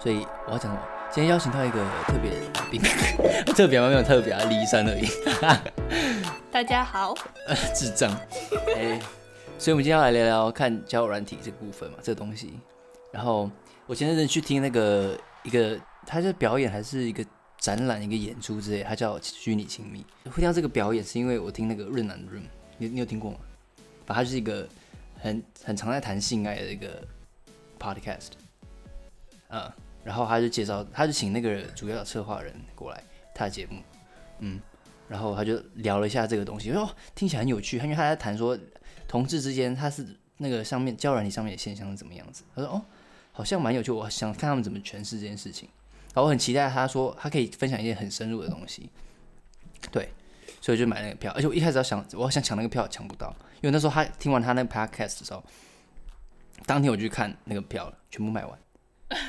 所以我要讲什么？今天邀请到一个特别 的来宾，特别吗？没有特别啊，离山而已。大家好，智障。哎、所以我们今天要来聊聊看交友软体这个部分嘛，这个东西。然后我前阵子去听那个一个，他是表演还是一个展览、一个演出之类，他叫虚拟亲密。会听到这个表演是因为我听那个润南 Room，你你有听过吗？把它是一个很很常在谈性爱的一个 podcast，嗯，然后他就介绍，他就请那个主要策划人过来他的节目，嗯，然后他就聊了一下这个东西，我说、哦、听起来很有趣，因为他在谈说同志之间他是那个上面交友软体上面的现象是怎么样子，他说哦，好像蛮有趣，我想看他们怎么诠释这件事情，然后我很期待他说他可以分享一些很深入的东西，对。所以我就买那个票，而且我一开始要想，我想抢那个票抢不到，因为那时候他听完他那个 podcast 的时候，当天我就去看那个票了，全部卖完，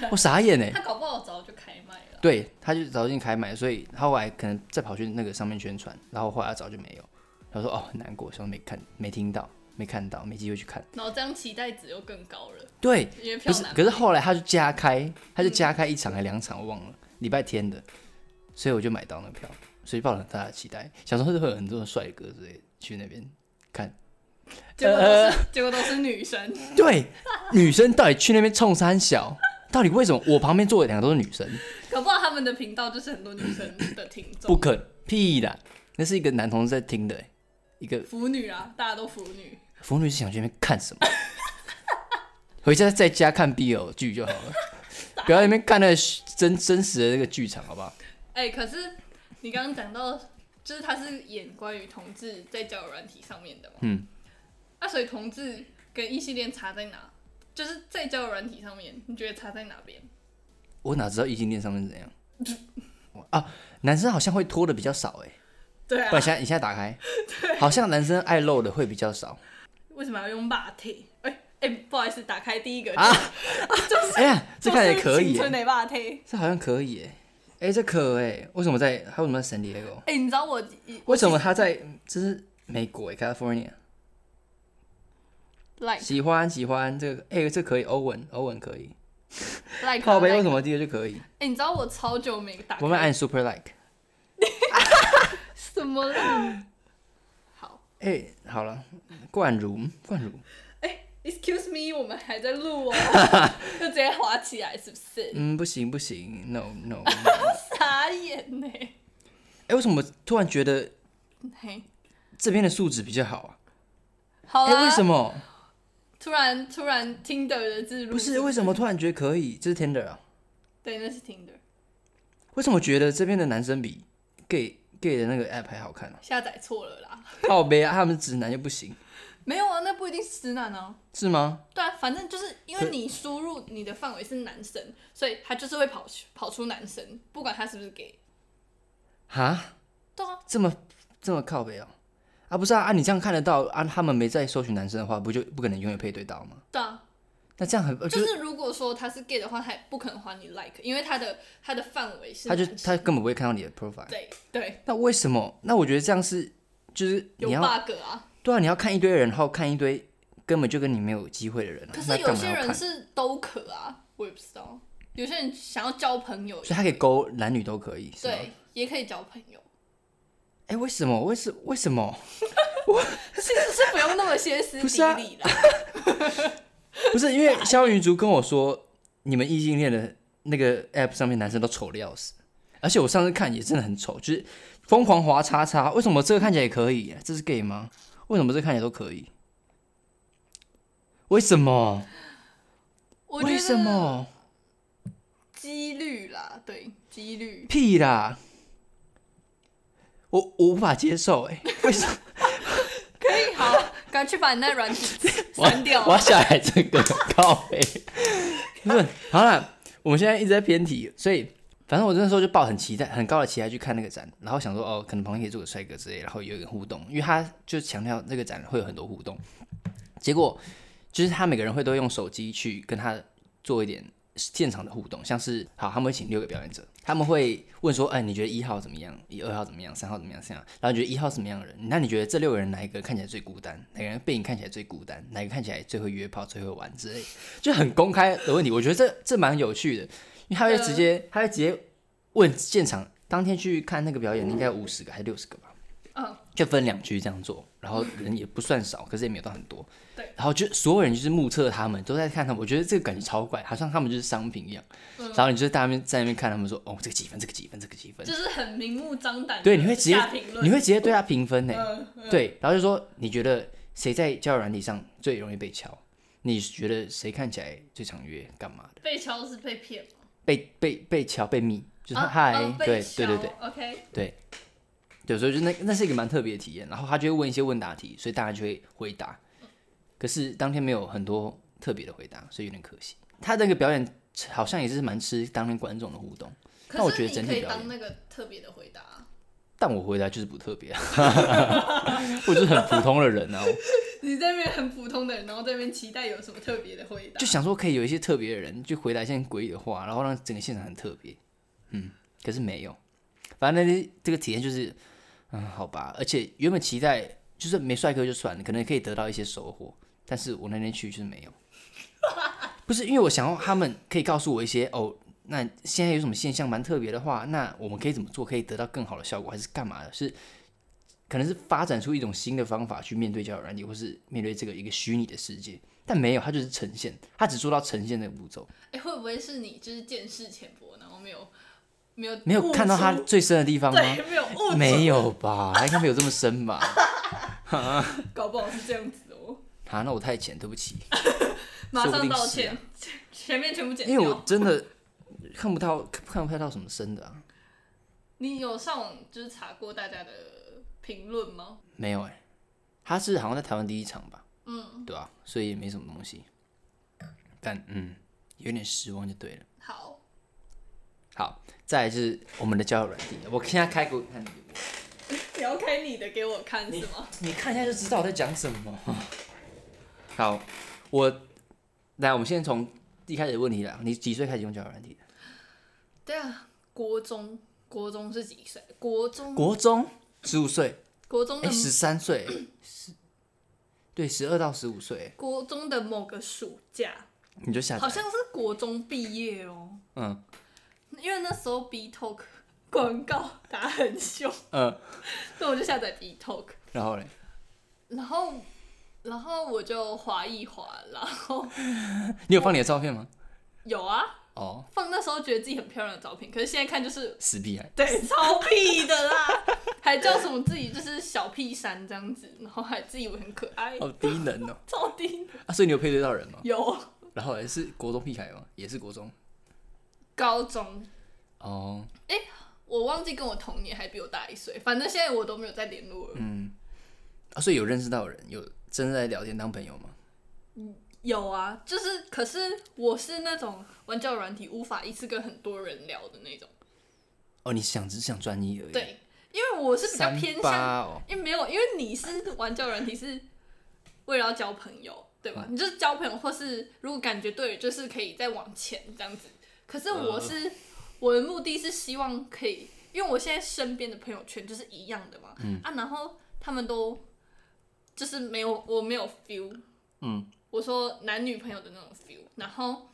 我傻眼哎！他搞不好早就开麦了。对，他就早进开买，所以他后来可能再跑去那个上面宣传，然后后来早就没有。他说哦很难过，说没看没听到没看到没机会去看。然后这样期待值又更高了，对，因为票不是难买。可是后来他就加开，他就加开一场还两场我忘了，礼拜天的，所以我就买到那票，所以抱了很大的期待，想说会有很多帅哥之类的去那边看。结果都是、呃 结果都是女生，对，女生到底去那边冲三小？到底为什么我旁边坐的两个都是女生？搞不好他们的频道就是很多女生的听众。不肯屁啦，那是一个男同志在听的、欸，一个腐女啊，大家都腐女。腐女是想去那边看什么？ 回家在家看 BL 剧就好了，不要在那边看那个真真实的那个剧场，好不好？哎、可是你刚刚讲到，就是他是演关于同志在交友软体上面的嘛？嗯。那、所以同志跟异性恋差在哪？就是在交友软体上面，你觉得差在哪边？我哪知道异性恋上面是怎样？啊，男生好像会脱的比较少哎、对欸，啊不，然现在你现在打开，好像男生爱露的会比较少。为什么要用霸体？哎、哎、不好意思，打开第一个啊就是哎呀，这看起来可以、青春欸，的霸体。这好像可以哎、欸。哎、这可哎、欸，为什么在？他为什么在圣地 Diego？哎、你知道我一为什么他在？这是美国、欸、California。 like 喜欢喜欢这个，哎、这可以，欧文欧文可以。like 靠背为哎、什么第二就可以？你知道我超久没打开我们按 super like。什么啦？好，哎、好了，冠如冠如，哎、e x c u s e me，我们还在录哦， 就直接滑起来是不是？嗯，不行不行，no no。傻眼呢、哎、为什么突然觉得嘿，这边的素质比较好啊？好啊哎、啦，为什么么？突然突然 Tinder 的字录？不是为什么？突然觉得可以？这是 Tinder 啊？对，那是 Tinder，为什么觉得这边的男生比 gay gay 的那个 app 还好看啊？ 下载错了啦。靠背啊，他们直男就不行没有啊，那不一定是直男啊。是吗？对啊，反正就是因可为你输入你的范围是男生，所以他就是会跑去跑出男生，不管他是不是 gay。哈，对啊，这么这么靠背哦、啊？不是啊，啊你这样看得到啊？他们没在搜寻男生的话，不就不可能永远配对到吗？对啊，那这样很呃就就是是如果说他是 gay 的话，他也不可能还你 like，因为他的他的范围是他就男生他根本不会看到你的 profile。对对那为什么？那我觉得这样是就是有你要 bug 啊。对啊，你要看一堆人，然后看一堆根本就跟你没有机会的人啊，可那是有干嘛些要人看？是都可啊，我也不知道。有些人想要交朋友，所以他可以勾男女都可以。是吗，对，也可以交朋友，哎，为什么？为什为什么？是是不用那么歇 斯不是啊底里啦。不是因 为肖云竹跟我说，你们异性恋的那个 app 上面男生都丑的要死，而且我上次看也真的很丑，就是疯狂滑叉叉。为什么这个看起来也可以？这是 gay 吗？为什么这个看起来都可以？为什么？我为觉什得么？几率啦，对，几率。屁啦！我我无法接受哎、为什么？可以，好，赶去把你那软体 删掉我。要下来这个靠背。不是，好了，我们现在一直在偏题，所以反正我那时候就抱很期待、很高的期待去看那个展，然后想说哦，可能旁边可以做个帅哥之类，然后有一个互动，因为他就强调那个展会有很多互动。结果就是他每个人会都用手机去跟他做一点现场的互动，像是好，他们会请六个表演者，他们会问说，哎，你觉得一号怎么样？一二号怎么样？三号怎么样？三号，然后你觉得一号是什么样的人？那你觉得这六个人哪一个看起来最孤单？哪个人背影看起来最孤单？哪个看起来最会约炮、最会玩之类的？就很公开的问题，我觉得这这蛮有趣的。因为他会直接，他会直接问现场当天去看那个表演，应该有五十个还是六十个吧，嗯，就分两区这样做，然后人也不算少，可是也没有到很多， 对，然后就所有人就是目测他们，都在看他们，我觉得这个感觉超怪，好像他们就是商品一样，然后你就在那边在那边看他们说，哦，这个几分，这个几分，这个几分，嗯就是很明目张胆地对，你会直接下评论，你会直接对他评分呢，欸嗯，对，然后就说你觉得谁在交友软体上最容易被敲？你觉得谁看起来最常约干嘛的？被敲是被骗嘛？被被被敲被密，就是啊嗨、哦被对敲对对对，OK，对对，所以就那那是一个蛮特别的体验。然后他就会问一些问答题，所以大家就会回答。可是当天没有很多特别的回答，所以有点可惜。他那个表演好像也是蛮吃当天观众的互动，但我可觉是得整你体可以表演当那个特别的回答 啊，但我回答就是不特别啊， 我就是很普通的人啊，我你在那边很普通的人，然后在那边期待有什么特别的回答就，想说可以有一些特别的人，就回答一些很诡异的话，然后让整个现场很特别。嗯，可是没有。反正那这个体验就是，嗯，好吧。而且原本期待就是没帅哥就算了，可能可以得到一些收获，但是我那天去就是没有。 不是因为我想要他们可以告诉我一些哦，那现在有什么现象蛮特别的话，那我们可以怎么做可以得到更好的效果，还是干嘛的？是可能是发展出一种新的方法去面对交友软体，或是面对这个一个虚拟的世界。但没有，他就是呈现，他只做到呈现那个步骤，哎，会不会是你就是见识浅薄，然后没有没有没有悟看到他出最深的地方吗？对，没有误，没有吧？他应该没有这么深吧？搞不好是这样子哦，啊，那我太浅，对不起，马说不上定道是啊歉，前面全部剪因为我掉。真的看不到看不太到什么深的啊，你有上网就是查过大家的评论吗？没有哎、他是好像在台湾第一场吧？嗯，对啊，所以也没什么东西，但嗯，有点失望就对了。好，好，再来是我们的交友软件，我现在开给我看，你要开你的给我看是吗？你看一下就知道我在讲什么。 好，我来，我们先从一开始的问题来，你几岁开始用交友软体的？对啊，国中，国中是几岁？国中，国中十五岁，国中哎，的十三岁，十对十二到十五岁，国中的某个暑假，你就下载好，像是国中毕业哦，嗯因为那时候 B Talk 广告打很凶， 呃，所以我就下载 B Talk，然后嘞，然后，然后我就滑一滑，然后你有放你的照片吗？有啊，哦，放那时候觉得自己很漂亮的照片，可是现在看就是死屁孩，对，超屁的啦，还叫什么自己就是小屁山这样子，然后还自以为很可爱，好低能哦！超低的。啊，所以你有配对到人吗？有然后嘞，是国中屁孩吗？也是国中高中，哦，我忘记跟我同年，还比我大一岁，反正现在我都没有再联络了。嗯，啊，所以有认识到人，有真的在聊天当朋友吗？有啊，就是可是我是那种玩交友软体无法一次跟很多人聊的那种，哦，你想只想专一而已，，对，因为我是比较偏向哦，因为没有，因为你是玩交友软体是为了要交朋友，对嗯吧？你就是交朋友，或是如果感觉对了，就是可以再往前这样子。可是嗯我是、我的目的是希望可以，因为我现在身边的朋友圈就是一样的嘛，嗯啊，然后他们都就是没有，我没有 feel，嗯，我说男女朋友的那种 feel，然后，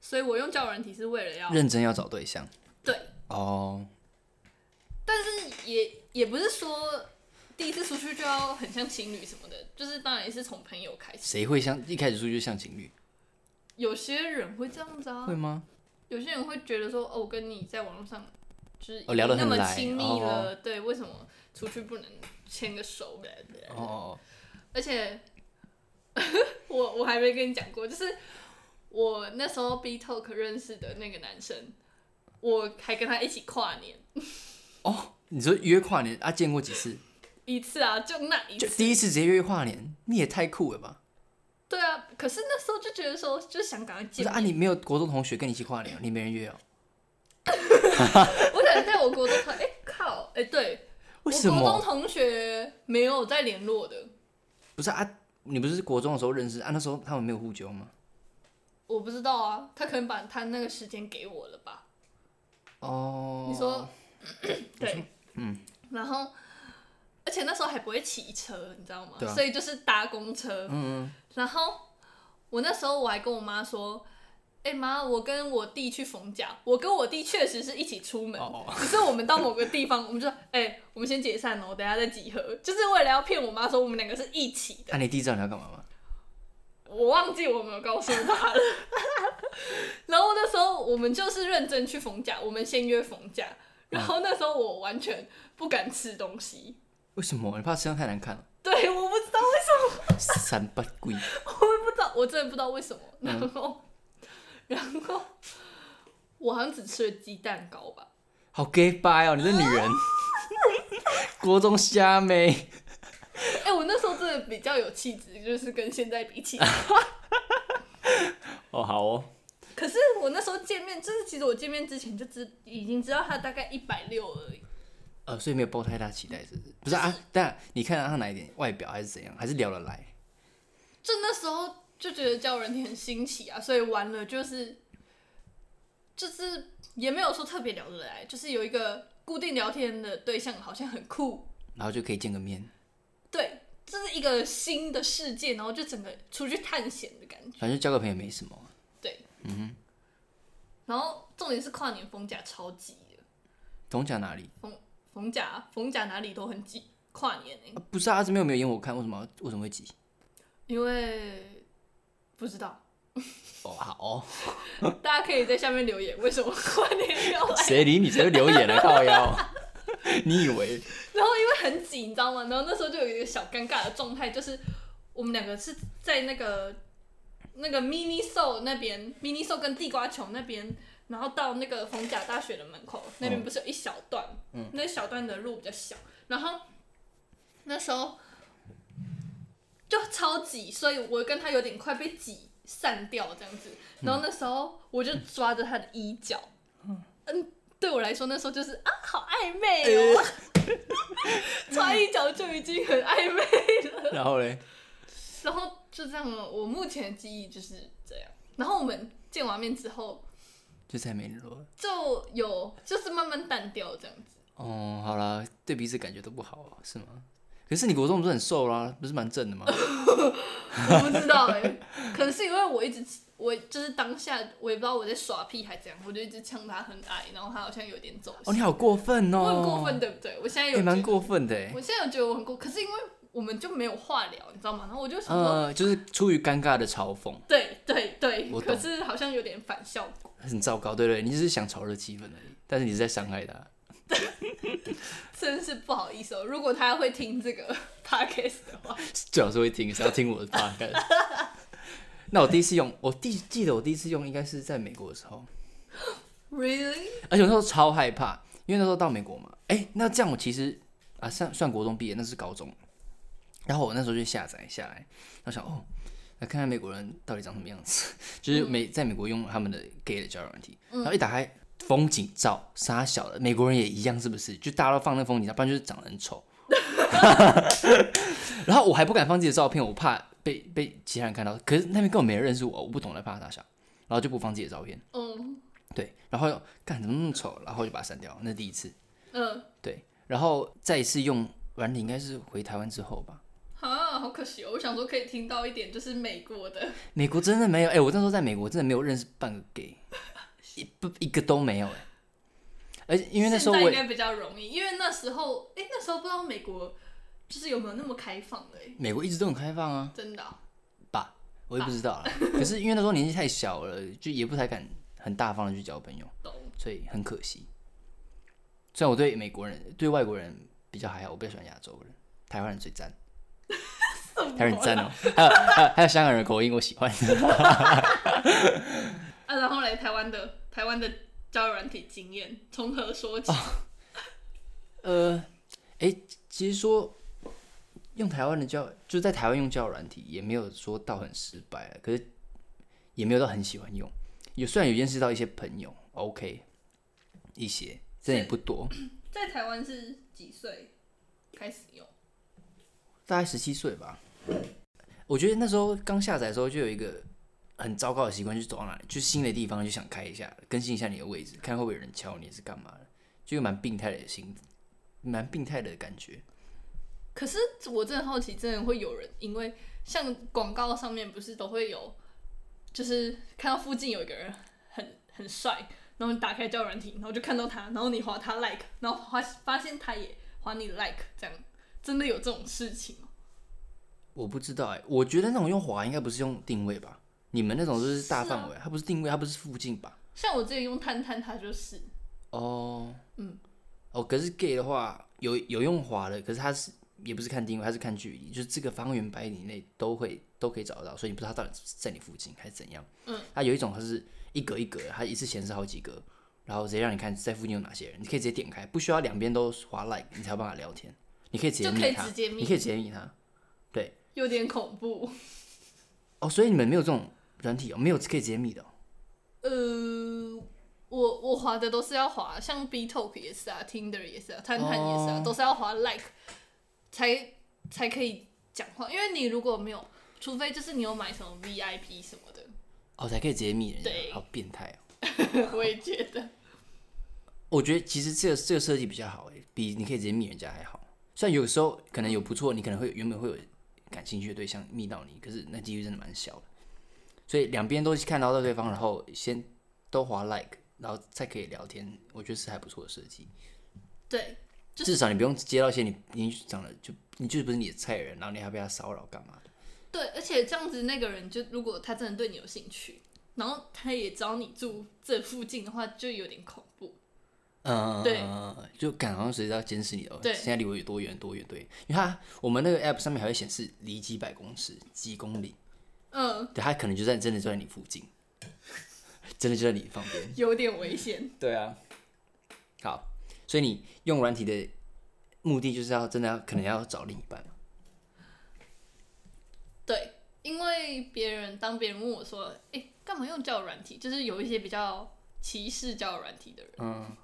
所以我用交友软体是为了要认真要找对象对，哦，也也不是说第一次出去就要很像情侣什么的，就是当然也是从朋友开始。谁会像一开始出去就像情侣？有些人会这样子啊会，吗？有些人会觉得说，哦，我跟你在网络上就是已哦聊得经那很来么亲密了，哦对，为什么出去不能牵个手？哦哦，而且 我我还没跟你讲过，就是我那时候 B Talk 认识的那个男生，我还跟他一起跨年哦你说约跨年啊？见过几次？一次啊，就那一就次。第一次直接约跨年，你也太酷了吧！对啊，可是那时候就觉得说，就是想赶快不见是面。啊，你没有国中同学跟你一起跨年哦，你没人约哦？ 我可能在我国中同，哎、靠，哎、对，我为什国中么？同学没有在联络的，不是啊，你不是国中的时候认识啊？那时候他们没有互纠吗？我不知道啊，他可能把他那个时间给我了吧？哦，你 说，对，嗯，然后，而且那时候还不会骑车，你知道吗？对啊所以就是搭公车，嗯，嗯，然后我那时候我还跟我妈说，哎、妈，我跟我弟去逢甲，我跟我弟确实是一起出门，哦只是我们到某个地方，我们就说，哎、我们先解散哦，等一下再集合，就是为了要骗我妈说我们两个是一起的。那、啊你弟知道你要干嘛吗？我忘记我没有告诉他了。 然后那时候我们就是认真去逢甲，我们先约逢甲。然后那时候我完全不敢吃东西，为什么？你怕身上太难看了？对，我不知道为三八鬼，什么，我也不知道，我真的不知道为什么。然后，然后我好像只吃了鸡蛋糕吧，好 gay 掰哦！你这女 人，国中虾妹，哎、我那时候真的比较有气质，就是跟现在比起来。哦好哦，可是我那时候见面，就是其实我见面之前就知已经知道他大概一百六而已，呃，所以没有抱太大期待，是不是？不是啊，但你看到他哪一点外表还是怎样，还是聊得来？就那时候就觉得交友软体很新奇啊，所以玩了就是就是也没有说特别聊得来，就是有一个固定聊天的对象，好像很酷，然后就可以见个面，对，这是一个新的世界，然后就整个出去探险的感觉，反正交个朋友没什么。对，嗯然后重点是跨年逢甲超级的，总讲哪里？逢逢甲逢甲哪里都很挤，跨年、欸、啊、不是啊，这边有没有演我看？为什么要为什么会挤？因为不知道，哦好哦， 大家可以在下面留言为什么跨年要来。谁理你？谁会留言啊？靠 腰，你以为？然后因为很紧，你知道吗？然后那时候就有一个小尴尬的状态，就是我们两个是在那个那个 mini show 那边，mini show 跟地瓜球那边，然后到那个逢甲大学的门口那边，不是有一小段，嗯、那小段的路比较小，然后那时候就超挤，所以我跟他有点快被挤散掉这样子。然后那时候我就抓着他的衣角，嗯，对我来说那时候就是啊，好暧昧哦。穿一脚就已经很暧昧，然后嘞， 然后就这样了。我目前的记忆就是这样。然后我们见完面之后，就再没联络了。就有就是慢慢淡掉这样子。哦，好啦，对彼此感觉都不好啊，是吗？可是你国中不是很瘦啦，不是蛮正的 吗？我不知道哎、可能是因为我一直我就是当下我也不知道我在耍屁还怎样，我就一直呛他很矮，然后他好像有点走哦，心。你好过分哦！欸我很过分，对不对？我现在有也觉蛮得，过分的哎。我现在有觉得我很过，可是因为我们就没有话聊，你知道吗？然后我就想说，呃，就是出于尴尬的嘲讽，对对对，我懂可是好像有点反效果。很糟糕，对不对？你只是想炒热气氛而已，但是你是在伤害他。真是不好意思哦。如果他会听这个 podcast 的话，最好是会听，谁要听我的 podcast？那我第一次用，我第记得我第一次用应该是在美国的时候， Really？而且我那时候超害怕，因为那时候到美国嘛，哎、那这样我其实啊，算算国中毕业，那是高中，然后我那时候就下载下来，我想哦，来看看美国人到底长什么样子， 就是美在美国用他们的 gay 的交友软体，然后一打开风景照，傻小的，美国人也一样是不是？就大家都放那风景照，不然就是长得很丑， 然后我还不敢放自己的照片，我怕被被其他人看到，可是那边根本没人认识我，我不懂得怕大小，然后就不放自己的照片。嗯对，然后又干怎么那么丑，然后就把它删掉，那是第一次。嗯，对，然后再一次用软体应该是回台湾之后吧。啊，好可惜哦。我想说可以听到一点就是美国的，美国真的没有，哎、我那时候在美国真的没有认识半个 gay，一不一个都没有哎、而且因为那时候现在我应也该比较容易，因为那时候哎、那时候不知道美国就是有没有那么开放的、哎，美国一直都很开放啊，真的哦、吧，我也不知道了。可是因为那时候年纪太小了，就也不太敢很大方的去交朋友，懂。所以很可惜。虽然我对美国人、对外国人比较还好，我比较喜欢亚洲人，台湾人最赞。台湾人赞哦，还有还有还有香港人的口音我喜欢。啊，然后来台湾的台湾的交友软体经验从何说起？哦呃，哎、其实说用台湾的教，就是在台湾用教软体，也没有说到很失败啊，可是也没有到很喜欢用。有虽然有认识到一些朋友，OK，一些，但也不多，在台湾是几岁开始用？大概十七岁吧。我觉得那时候刚下载的时候，就有一个很糟糕的习惯，就是走到哪里，去新的地方就想开一下，更新一下你的位置，看会不会有人敲你是干嘛的，就有蛮病态的心，蛮病态的感觉。可是我真的好奇，真的会有人因为像广告上面不是都会有就是看到附近有一个人很很帅，然后你打开交友软体，然后就看到他，然后你划他 like，然后发发现他也划你 like，这样真的有这种事情吗？我不知道哎、我觉得那种用滑应该不是用定位吧？你们那种就是大是啊范围，它不是定位，它不是附近吧？像我之前用探探，他就是哦，嗯，哦，可是 gay 的话有有用滑的，可是它是也不是看定位，它是看距离，就是这个方圆百里内都会都可以找得到，所以你不知道它到底是在你附近还是怎样。嗯，它有一种它是一格一格的，它一次显示好几格，然后直接让你看在附近有哪些人，你可以直接点开，不需要两边都滑 like 你才有办法聊天，你可以直接就可以密他直接密你可以直接密他。对，有点恐怖。哦，所以你们没有这种软体哦，没有可以直接密的、哦。呃，我我划的都是要划，像 B Talk 也是啊，Tinder 也是啊，探探也是啊哦都是要划 like 才才可以讲话，因为你如果没有，除非就是你有买什么 VIP 什么的， 哦，才可以直接密人家对，好变态哦！我也觉得。我觉得其实这个这个设计比较好诶，欸比你可以直接密人家还好。虽然有时候可能有不错，你可能会原本会有感兴趣的对象密到你，可是那几率真的蛮小的。所以两边都看到到对方，然后先都划 like，然后再可以聊天，我觉得是还不错的设计。对，就是至少你不用接到一些你你长得就你就是不是你的菜的人，然后你还被他骚扰干嘛的？对，而且这样子那个人就如果他真的对你有兴趣，然后他也找你住这附近的话，就有点恐怖。嗯，对，就感好像随时要监视你哦。对现在离我有多远多远？对，因为它我们那个 app 上面还会显示离几百公尺、几公里，嗯，对，它可能就在真的就在你附近，真的就在你旁边。有点危险。对啊，好，所以你用软体的目的就是要真的要可能要找另一半嘛。对，因为别人当别人问我说：“哎、干嘛用交友软体？”就是有一些比较歧视交友软体的人，嗯，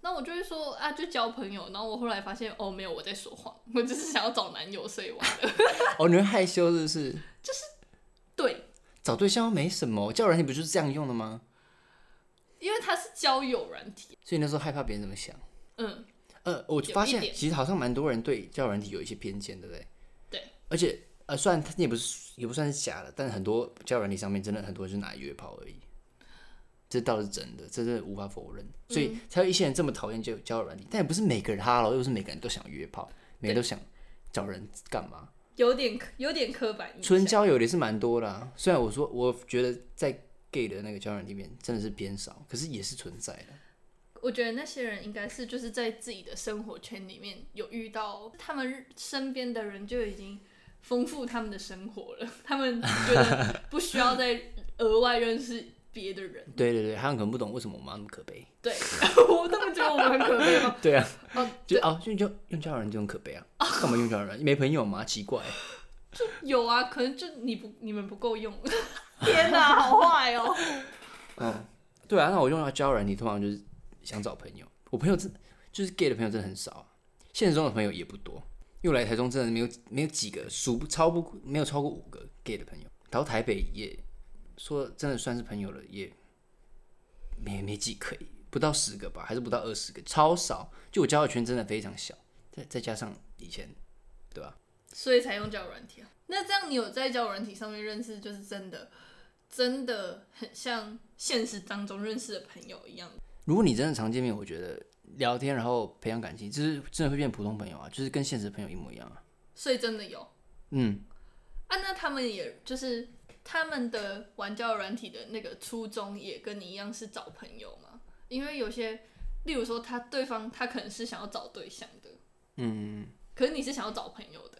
那我就会说：“啊，就交朋友。”然后我后来发现，哦，没有，我在说谎，我只是想要找男友，所以玩的。哦，你会害羞是不是？对，找对象又没什么，叫软体不就是这样用的吗？因为它是交友软体，所以那时候害怕别人怎么想。嗯，呃，我有发一现点其实好像蛮多人对交友软体有一些偏见，对不对？对。而且呃，虽然它也不是也不算是假的，但很多交友软体上面真的很多人就是拿来约炮而已，这倒是真的，这真的无法否认。所嗯以才有一些人这么讨厌交交友软体，但也不是每个人哈喽，又不是每个人都想约炮，每个人都想找人干嘛？有点有点刻板印纯象。交友的也是蛮多的、啊，虽然我说我觉得在 gay 的那个交友软体里面真的是偏少，可是也是存在的。我觉得那些人应该是就是在自己的生活圈里面有遇到，他们身边的人就已经丰富他们的生活了，他们觉得不需要再额外认识别的人。对对对，他们可能不懂为什么我妈那么可悲。对，他们觉得我们很可悲吗？ 对啊，哦就 哦，就就用交友软件就很可悲啊，干嘛用交友软件？没朋友吗？奇怪，有啊，可能就你不你们不够用。 天哪，好坏哦！嗯，对啊，那我用到交友软件，通常就是想找朋友。我朋友真就是 gay 的朋友真的很少、啊，现实中的朋友也不多。因为我来台中真的没有没有几个，数不超不没有超过五个 gay 的朋友。然后台北也说真的算是朋友了，也没没几个，不到十个吧，还是不到二十个，超少。就我交友圈真的非常小，再再加上以前，对吧、所以才用交友软体啊。那这样你有在交友软体上面认识，就是真的真的很像现实当中认识的朋友一样。如果你真的常见面，我觉得聊天然后培养感情，就是真的会变普通朋友啊，就是跟现实朋友一模一样啊。所以真的有。嗯，啊，那他们也就是他们的玩交友软体的那个初衷也跟你一样是找朋友嘛？因为有些，例如说他对方他可能是想要找对象的，嗯，可是你是想要找朋友的，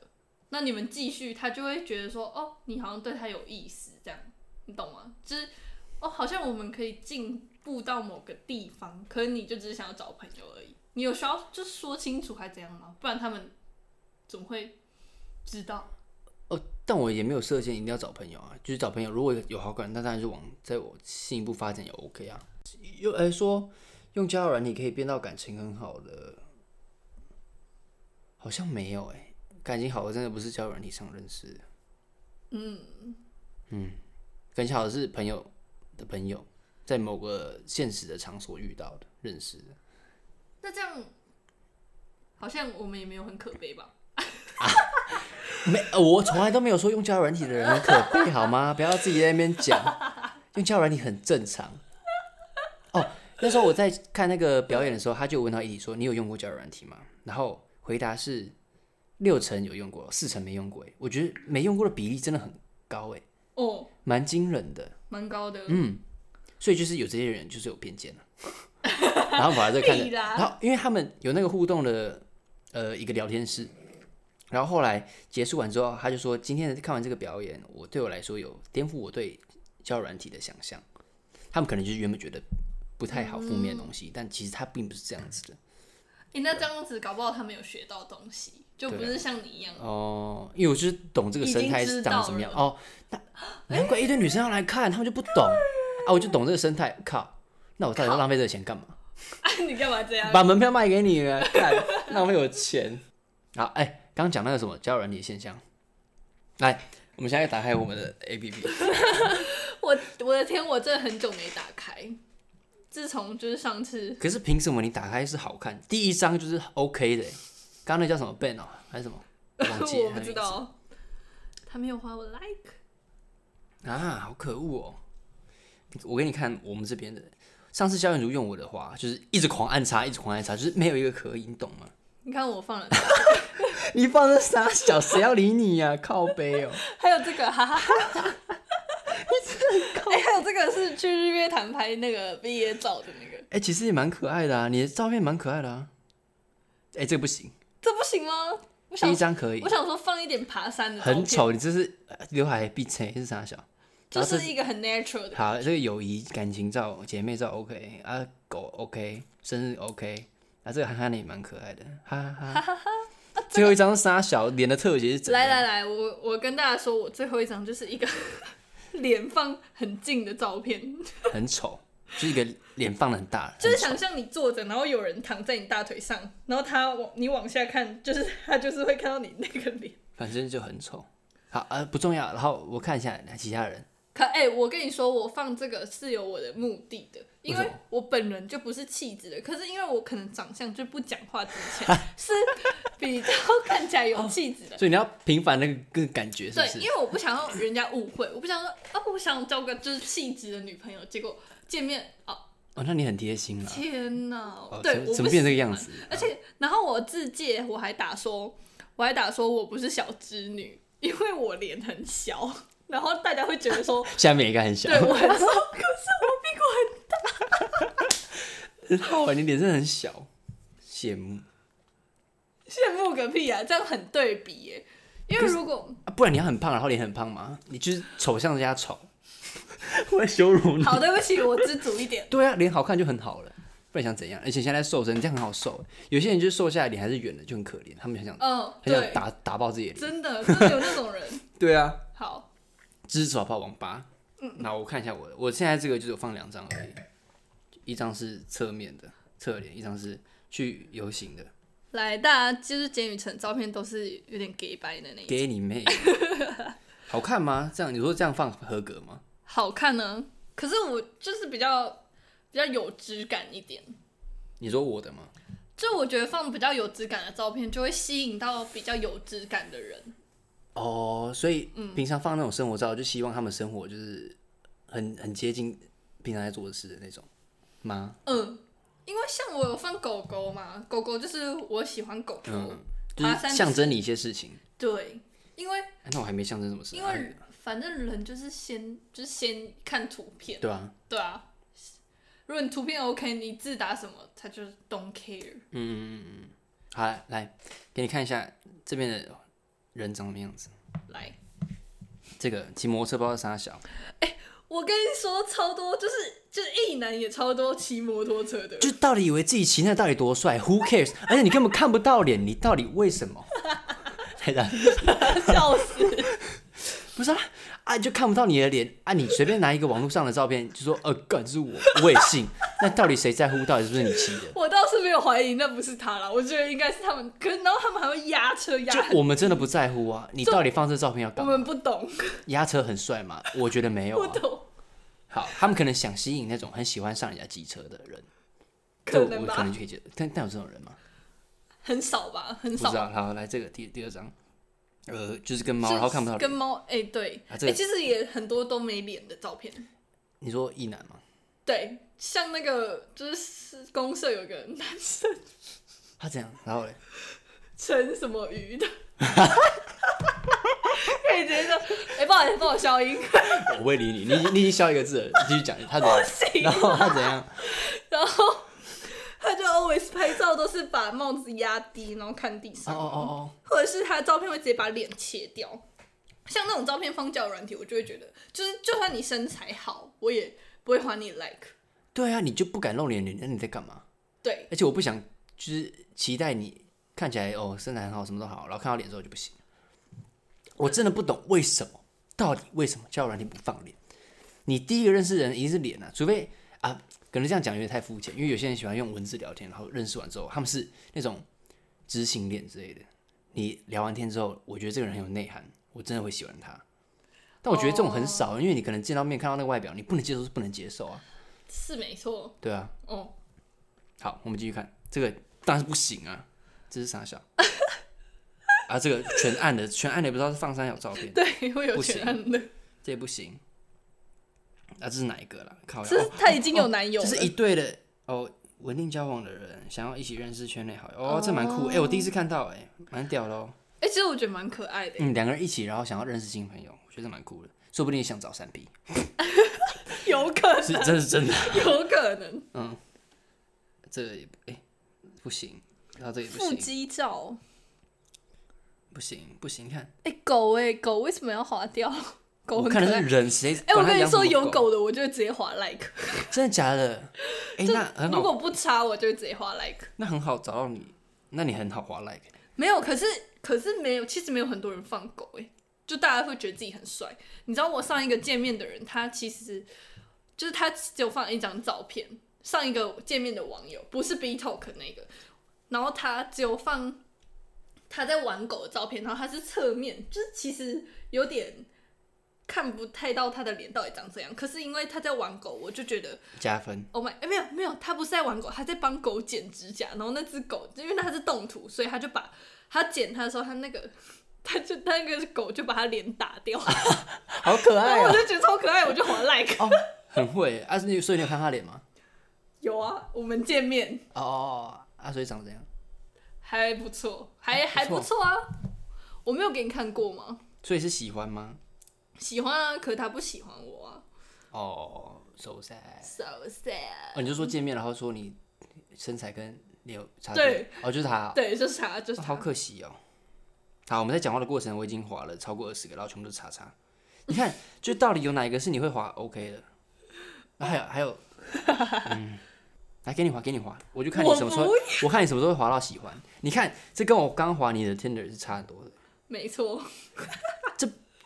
那你们继续，他就会觉得说，哦，你好像对他有意思，这样，你懂吗？就是哦，好像我们可以进步到某个地方，可是你就只是想要找朋友而已。你有需要就是说清楚还怎样吗？不然他们总会知道。哦，但我也没有设限，一定要找朋友啊，就是找朋友。如果有好感，那当然就往再往进一步发展也 OK 啊。又哎、说用交友软体可以变到感情很好的，好像没有哎、感情好的真的不是交友软体上认识的。嗯嗯，感情好的是朋友的朋友，在某个现实的场所遇到的认识的。那这样好像我们也没有很可悲吧？没，呃我从来都没有说用交友软体的人很可悲，好吗？不要自己在那边讲，用交友软体很正常。哦，那时候我在看那个表演的时候，他就问到一题说：“你有用过交友软体吗？”然后回答是六成有用过，四成没用过。哎我觉得没用过的比例真的很高，哎，哦，蛮惊人的。蛮高的，嗯，所以就是有这些人就是有偏见了、 然后跑来这看着，屁啦然后因为他们有那个互动的呃一个聊天室，然后后来结束完之后，他就说今天的看完这个表演，我对我来说有颠覆我对交友软体的想象。他们可能就是原本觉得不太好负面的东西，嗯但其实它并不是这样子的诶那这样子搞不好他们有学到东西，就不对是像你一样，哦，因为我就是懂这个生态已经是知长道什么样哦，那难怪一堆女生要来看，她们就不懂啊，我就懂这个生态，靠，那我到底要浪费这个钱干嘛？啊， 你干嘛这样？把门票卖给你了，看浪费我钱。 好，哎、刚刚讲那个什么交友软体现象，来，我们现在打开我们的 APP，我我的天，我真的很久没打开，自从就是上次可是凭什么你打开是好看？第一张就是 OK 的、欸刚刚那叫什么 Ben 哦、还是什么？忘记了 我不知道，他没有花我 like，啊，好可恶哦、我给你看我们这边的，上次肖远如用我的话，就是一直狂按叉，一直狂按叉，就是没有一个可以，你懂吗？你看我放了， 你放这傻小，谁要理你呀、靠背哦、 还有这个，哈哈哈 哈。哎、还有这个是去日月潭拍那个毕业照的那个，哎、其实也蛮可爱的啊，你的照片蛮可爱的啊。哎、这个不行，这不行吗？我第想一张可以我，想说放一点爬山的，很，丑，你这是呃刘海必吹是啥小？就然后这是一个很 natural 的。好，这个友谊感情照、姐妹照 OK 啊，狗 OK，生日 OK 啊，这个憨憨的也蛮可爱的，哈哈哈。最后一张沙小脸的特写是怎啊来样？来来，我我跟大家说，我最后一张就是一个 脸放很近的照片，很丑，就是一个脸放的很大，就是很想象你坐着，然后有人躺在你大腿上，然后他往你往下看，就是他就是会看到你那个脸。反正就很丑。好啊，不重要。然后我看一下其他人，可哎、我跟你说，我放这个是有我的目的的，因为为什么我本人就不是气质的，可是因为我可能长相就不讲话之 前是比较看起来有气质的。所以你要平凡那个那个感觉是不对，是因？为我不想让人家误会，我不想说啊，我想交个就是气质的女朋友，结果见面哦，哦，那你很贴心了。天哪！哦对，怎么我不怎么变这个喜样欢子？嗯而且，然后我自介我还打说，我还打说我不是小织女，因为我脸很小，然后大家会觉 得说 下面一个很小对，我很 瘦。 好啊，你脸真的很小，羡慕羡慕个屁啊！这样很对比耶，因为如果啊！不然你要很胖，然后脸很胖吗？你就是丑向人家丑， 我在羞辱你。好，对不起，我知足一点。对啊，脸好看就很好了，不然想怎样？而且现在瘦身，这样很好瘦。欸有些人就是瘦下来脸还是圆的，就很可怜，他们想想嗯，很想对，打打爆自己的脸。真的真的有那种人。对啊，好，支持好不好？网吧。嗯那我看一下我的，我现在这个就是有放两张而已，一张是侧面的侧脸，一张是去游行的。来，大家就是简宇成照片都是有点 gay 白的那一种，给你 妹，好看吗？这样你说这样放合格吗？好看呢。可是我就是比较比较有质感一点，你说我的吗？就我觉得放比较有质感的照片，就会吸引到比较有质感的人。哦，所以平常放那种生活照，就希望他们生活就是很很接近平常在做的事的那种吗？嗯，因为像我有放狗狗嘛，狗狗就是我喜欢狗狗，嗯，就爬山就是是象征你一些事情。对，因为。哎那我还没象征什么事，因哎为反正人就是先就是先看图片，对啊，对啊。如果你图片 OK，你字打什么，他就 don't care。嗯嗯嗯嗯，好，来给你看一下这边的人长什么样子。来，这个骑摩托车不知道是啥小，我跟你说超多，就是就是一男也超多骑摩托车 的，就到底以为自己骑那到底多帅？Who cares？而且你根本看不到脸，你到底为什么？ 太大笑死！不是啊，啊就看不到你的脸啊！你随便拿一个网络上的照片，就说呃，干这是我，我也信。 那到底谁在乎？到底是不是你骑的？我倒是没有怀疑那不是他啦，我觉得应该是他们。可是然后他们还会压车压很，就我们真的不在乎啊！你到底放这照片要我干嘛？们不懂， 压车很帅吗？我觉得没有不啊。懂，好，他们可能想吸引那种很喜欢上人家机车的人，可这我能可吧能，就可以接受。但但有这种人吗？很少吧，很不知少。道。好，来这个第第二张，呃，就是跟猫，然后看不到跟脸。猫，哎、对，哎、啊这个其实也很多都没脸的照片，你说一男吗？对，像那个就是公社有个男生他这样，然后嘞，陈什么 鱼的，可以直接说，哎、不好意思，帮我消音，我不会理你，你已经你已经消一个字了，你继续讲他怎样，行啊然后他怎样，然后 他就 always 拍照都是把帽子压低，然后看地哦上，哦哦或者是他的照片会直接把脸切掉。像那种照片放交友软体，我就会觉得，就是就算你身材好，我也不会还你 like。哦，对啊，你就不敢露脸，你那你在干嘛？对，而且我不想就是期待你看起来哦身材很好，什么都好，然后看到脸之后就不行。我真的不懂为什么，到底为什么交友软体不放脸？你第一个认识人一定是脸啊，除非啊，可能这样讲有点太肤浅，因为有些人喜欢用文字聊天，然后认识完之后他们是那种知性恋之类的。你聊完天之后，我觉得这个人很有内涵，我真的会喜欢他。但我觉得这种很少，因为你可能见到面看到那个外表，你不能接受是不能接受啊，是没错。对啊。哦，好，我们继续看这个，当然是不行啊，这是傻笑 啊！这个全暗的，全暗的，不知道是放三角照片，对，会有不行全暗的，这也不行啊！这是哪一个啦？靠腰，这是哦他已经有男友这了，是一对的哦，稳定交往的人想要一起认识圈内好友哦，这蛮酷哎、我第一次看到哎、蛮屌的哦。哎、其实我觉得蛮可爱的。嗯，两个人一起，然后想要认识新朋友，我觉得蛮酷的，说不定也想找三 P，有可是能，这是真的。有可能嗯，这个也不哎、不行，然后这个也不腹行，肌照。不行不行，看。哎、狗哎、狗为什么要划掉？ 狗我很看可的爱是。人，谁？哎、我管他跟你养什说，么有狗，狗的我就会直接划 like， 真的假的？ 哎、那很如好，果不差我就会直接划 like。那很好找到你，那你很好滑 like，没有，可是可是没有，其实没有很多人放狗哎、就大家会觉得自己很帅。你知道我上一个见面的人，他其实就是他只有放一张照片，上一个见面的网友不是 B Talk 那个，然后他只有放他在玩狗的照片，然后他是侧面，就是其实有点。看不太到他的脸到底长怎样，可是因为他在玩狗，我就觉得加分。 Oh my！哎、没有没有，他不是在玩狗，他在帮狗剪指甲。然后那只狗，因为它是动图，所以他就把他剪它的时候，他那个，他就他那个狗就把他脸打 掉，好可然后爱我哦、就觉得超可爱，我就滑 like。哦，很会啊！你所以你有看他脸吗？有啊，我们见面哦哦，哦啊，所以长怎样？还不错，还还不不错啊。我没有给你看过吗？所以是喜欢吗？喜欢啊，可他不喜欢我啊哦，so sad。 ，so sad。哦，你就说见面，然后说你身材跟你有差距，对，哦，就是他哦、对，啊就是他，就是哦他好。可惜哦。好，我们在讲话的过程，我已经划了超过二十个，然后全部都是叉叉。你看，就到底有哪一个是你会划 OK 的？啊还有还有，嗯，来给你划，给你划，我就看你我什么时候，不我看你什么时候会划到喜欢。你看，这跟我刚划你的 Tinder 是差很多的。没错，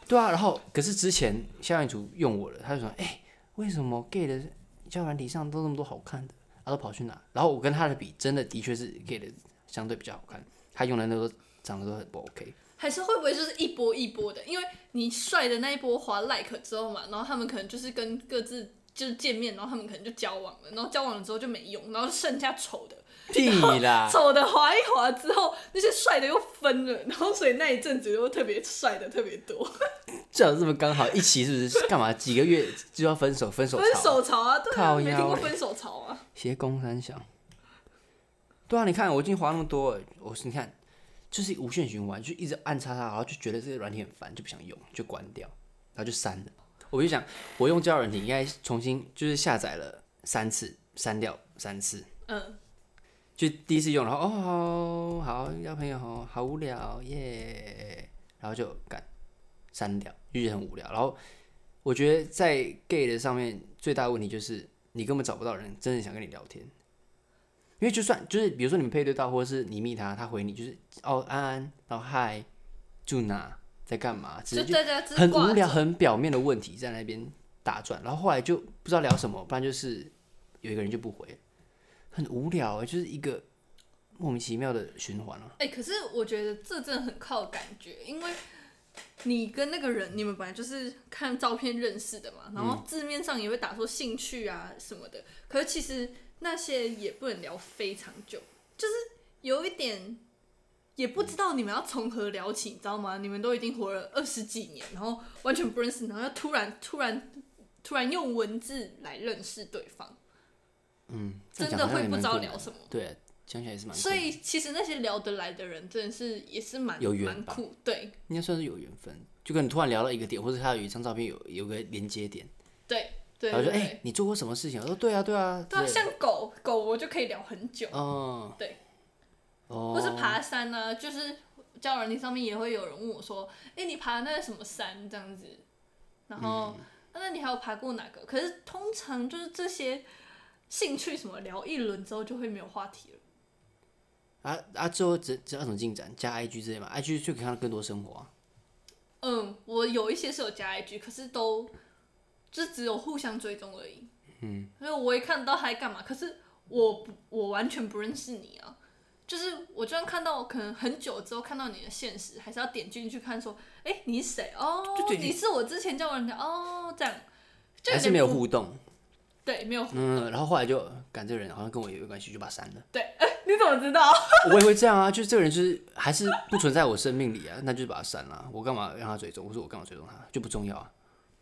对啊，然后可是之前校园组用我了，他就说，哎、为什么 gay 的校园体上都那么多好看的，他、啊、都跑去哪？然后我跟他的比，真的的确是 gay 的相对比较好看，他用的那个都长得都很不 OK。还是会不会就是一波一波的？因为你帅的那一波滑 like 之后嘛，然后他们可能就是跟各自就是见面，然后他们可能就交往了，然后交往了之后就没用，然后剩下丑的，屁啦！丑的滑一滑之后，那些帅的又分了，然后所以那一阵子又特别帅的特别多，最好这么刚好一起，是不是？干嘛？几个月就要分手？分手？ 分？手潮啊，对啊，靠没腰听过欸分手潮啊，斜弓三响。对啊，你看我已经滑那么多了，我是你看，就是无限循环，就一直按叉叉，然后就觉得这个软体很烦，就不想用，就关掉，然后就删了。我就想，我用交友软体应该重新就是下载了三次，删掉三次。嗯，就第一次用，然后哦好好交朋友哦，好无聊耶，然后就干删掉，就觉得很无聊。然后我觉得在 gay 的上面最大的问题就是你根本找不到人真的想跟你聊天，因为就算就是比如说你们配对到，或者是你密他，他回你就是哦安安，然后嗨住哪在干嘛，只就是就大家只很挂无着聊、很表面的问题在那边打转，然后后来就不知道聊什么，不然就是有一个人就不回，很无聊、欸，就是一个莫名其妙的循环啊。哎、可是我觉得这真的很靠感觉，因为你跟那个人，你们本来就是看照片认识的嘛，然后字面上也会打说兴趣啊什么的，可是其实那些也不能聊非常久，就是有一点也不知道你们要从何聊起，你知道吗？你们都已经活了二十几年，然后完全不认识，然后要突然突然突然用文字来认识对方，嗯，真的会不知道聊么。什么。对啊，讲起来也是蛮所困难的，以其实那些聊得来的人，真的是也是蛮有缘蛮吧酷，对应该算是有缘分，就跟你突然聊到一个点，或者他有一张照片有有个连接点，对对然后对就哎、对，你做过什么事情？我说对啊对啊，对啊，之类的像狗狗我就可以聊很久，哦对，哦，或是爬山呢、就是交友软件上面也会有人问我说：“哎、你爬那个什么山这样子？”然后、嗯啊那你还有爬过哪个？可是通常就是这些兴趣什么聊一轮之后就会没有话题了。啊啊，最后只只要什么进展，加 IG 之类嘛，IG 就可以看到更多生活啊。嗯，我有一些是有加 IG，可是都就只有互相追踪而已。嗯，所以我也看得到他在干嘛，可是我不我完全不认识你啊。就是我就算看到，可能很久之后看到你的现实，还是要点进去看，说，哎、你是谁？哦就，对你你是我之前叫人家哦，这样，就还是点没有不互动，对，没有，嗯，然后后来就感这个人好像跟我也有关系，就把他删了。 你怎么知道？我也会这样啊，就是这个人就是还是不存在我生命里啊，那就是把他删了啊、我干嘛让他追踪？我说我干嘛追踪他？就不重要啊。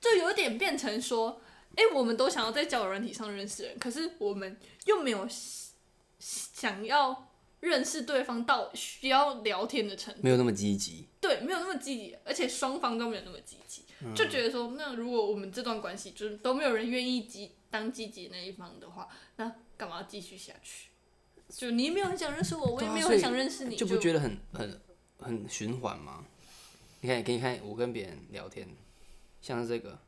就有点变成说，哎、我们都想要在交友软体上认识人，可是我们又没有想想要认识对方到需要聊天的程度，没有那么积极。对，没有那么积极，而且双方都没有那么积极，嗯就觉得说，那如果我们这段关系就是都没有人愿意积当积极那一方的话，那干嘛要继续下去？就你也没有很想认识我，我对也啊没有所很以想认识你，就就不觉得很很很循环吗？你看，给你看，我跟别人聊天，像是这个，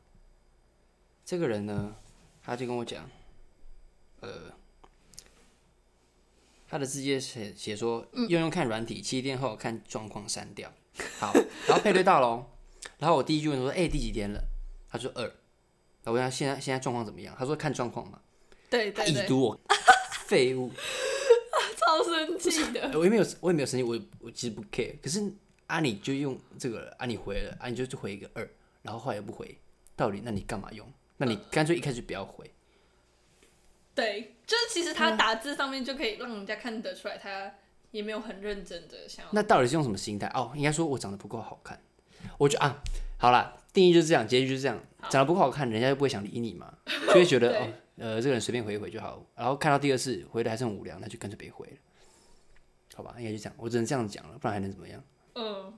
这个人呢，他就跟我讲，呃，他的字节写写说，嗯用用看软体，七天后看状况删掉。好，然后配对到喽，然后我第一句问说，哎、第几天了？他说二。然后我问他现在现在状况怎么样？他说看状况嘛。对他对已对，读我， 废物。超生气的。我也没有，我也没有生气，我我其实不 care。可是啊，你就用这个了，啊，你回了，啊，你就就回一个二，然后后来又不回，到底那你干嘛用？那你干脆一开始不要回。对，就是其实他打字上面就可以让人家看得出来，他也没有很认真的想要。那到底是用什么心态？哦，应该说我长得不够好看。我就啊，好啦，定义就是这样，结局就是这样。长得不够好看，人家就不会想理你嘛，就会觉得 对哦，呃，这个人随便回一回就好。然后看到第二次回的还是很无聊，那就干脆别回了。好吧，应该就这样，我只能这样讲了，不然还能怎么样？嗯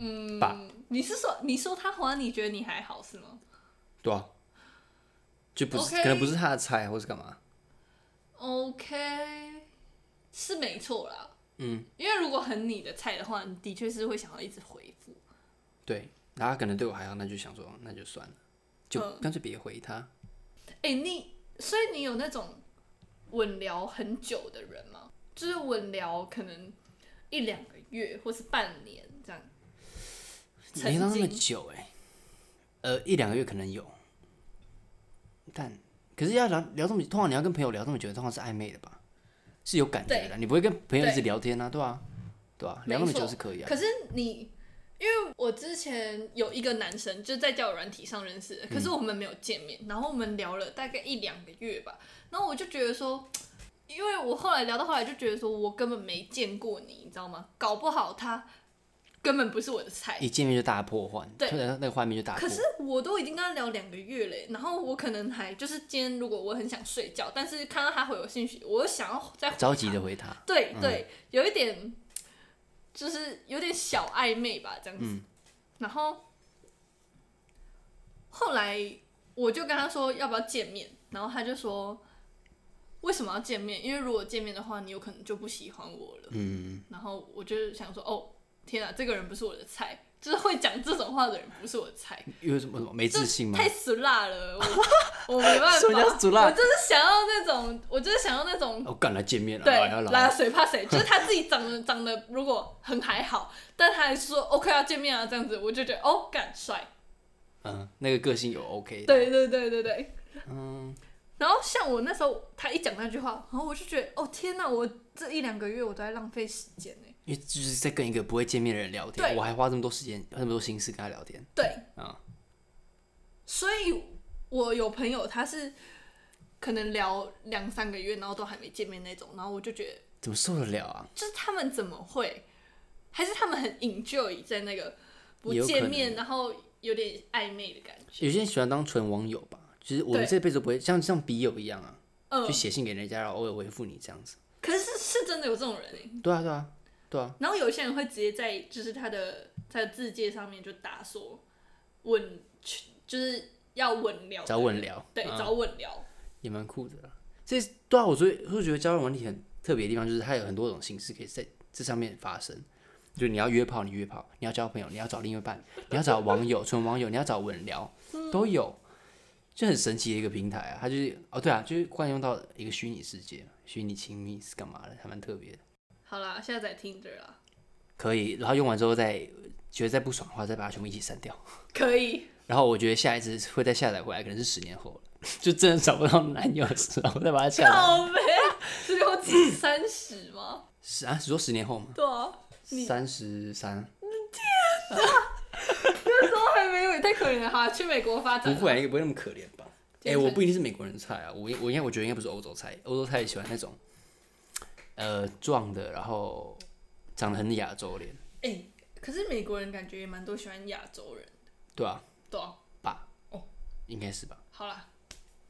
嗯吧你是说你说他滑，你觉得你还好是吗？对啊，就不是 OK 可能不是他的菜，啊或是干嘛？ OK，是没错啦。嗯，因为如果很你的菜的话，你的确是会想要一直回复。对，然后他可能对我还好，那就想说那就算了，就嗯干脆别回他。哎、你所以你有那种稳聊很久的人吗？就是稳聊可能一两个月或是半年这样。曾没到那么经久哎、呃，一两个月可能有，但可是要聊聊这么，通常你要跟朋友聊这么久，通常是暧昧的吧，是有感觉的，你不会跟朋友一直对聊天啊，对啊，对啊，聊那么没错久是可以啊。可是你，因为我之前有一个男生，就在交友软体上认识的，可是我们没有见面，然后我们聊了大概一两个月吧，然后我就觉得说。因为我后来聊到后来就觉得说，我根本没见过你，你知道吗？搞不好他根本不是我的菜。一见面就大破坏，对突然那个画面就大破可。是我都已经跟他聊两个月嘞，然后我可能还就是今天如果我很想睡觉，但是看到他回我信息，我又想要再回着急他的回 他，对对，有一点就是有点小暧昧吧，这样子。嗯然后后来我就跟他说要不要见面，然后他就说为什么要见面？因为如果见面的话，你有可能就不喜欢我了。嗯，然后我就想说，哦，天啊，这个人不是我的菜，就是会讲这种话的人不是我的菜。因为什么什么没自信吗太？俗辣了，我我没办法。嗯什么叫俗辣我就是想要那种，我就是想要那种我敢来见哦面了，对，来啊来拉啊，谁怕谁，就是他自己长得长得如果很还好，但他还是说 OK 要见面啊这样子，我就觉得哦，干帅，嗯，那个个性有 OK，的，对对对对对。嗯，然后像我那时候他一讲那句话，然后我就觉得哦天哪，我这一两个月我都在浪费时间欸呢。因为就是在跟一个不会见面的人聊天，对我还花这么多时间、那么多心思跟他聊天对，啊、所以我有朋友他是可能聊两三个月，然后都还没见面那种，然后我就觉得怎么受得了啊？就是他们怎么会还是他们很 enjoy 在那个不也有可见能面，然后有点暧昧的感觉。有些人喜欢当纯网友吧，就是我们对这辈子不会像像笔友一样啊，嗯就，写信给人家，然后偶尔回复你这样子。可是是真的有这种人欸对啊，对啊，对啊，然后有些人会直接在就是他的他的字界上面就打说稳，就是要稳聊的人，找稳聊对，嗯找稳聊，也蛮酷的啦。这对啊，我所以会觉得交友软体很特别的地方，就是它有很多种形式可以在这上面发生。就你要约炮，你约炮；你要交朋友，你要找另一半；你要找网友，纯网友；你要找稳聊，都有，就很神奇的一个平台啊。它就是哦，对啊，就是惯用到一个虚拟世界，虚拟亲密是干嘛的，还蛮特别的。好啦，下载听着啦，可以，然后用完之后再觉得再不爽的话，再把它全部一起删掉。可以，然后我觉得下一次会再下载回来，可能是十年后了， 就真的找不到男友的时候再把它下载。靠呗，这就几三十吗？ 是啊，你说十年后吗？对啊，你三十三？那时候还没有，也太可怜了哈，去美国发不展，会、啊，应该不会那么可怜吧？哎、健身我不一定是美国人的菜啊，我应我应该我觉得应该不是欧洲菜，欧洲菜喜欢那种，呃，壮的，然后长得很亚洲脸，哎、可是美国人感觉也蛮多喜欢亚洲人，对啊，对啊，吧？哦，应该是吧？好啦，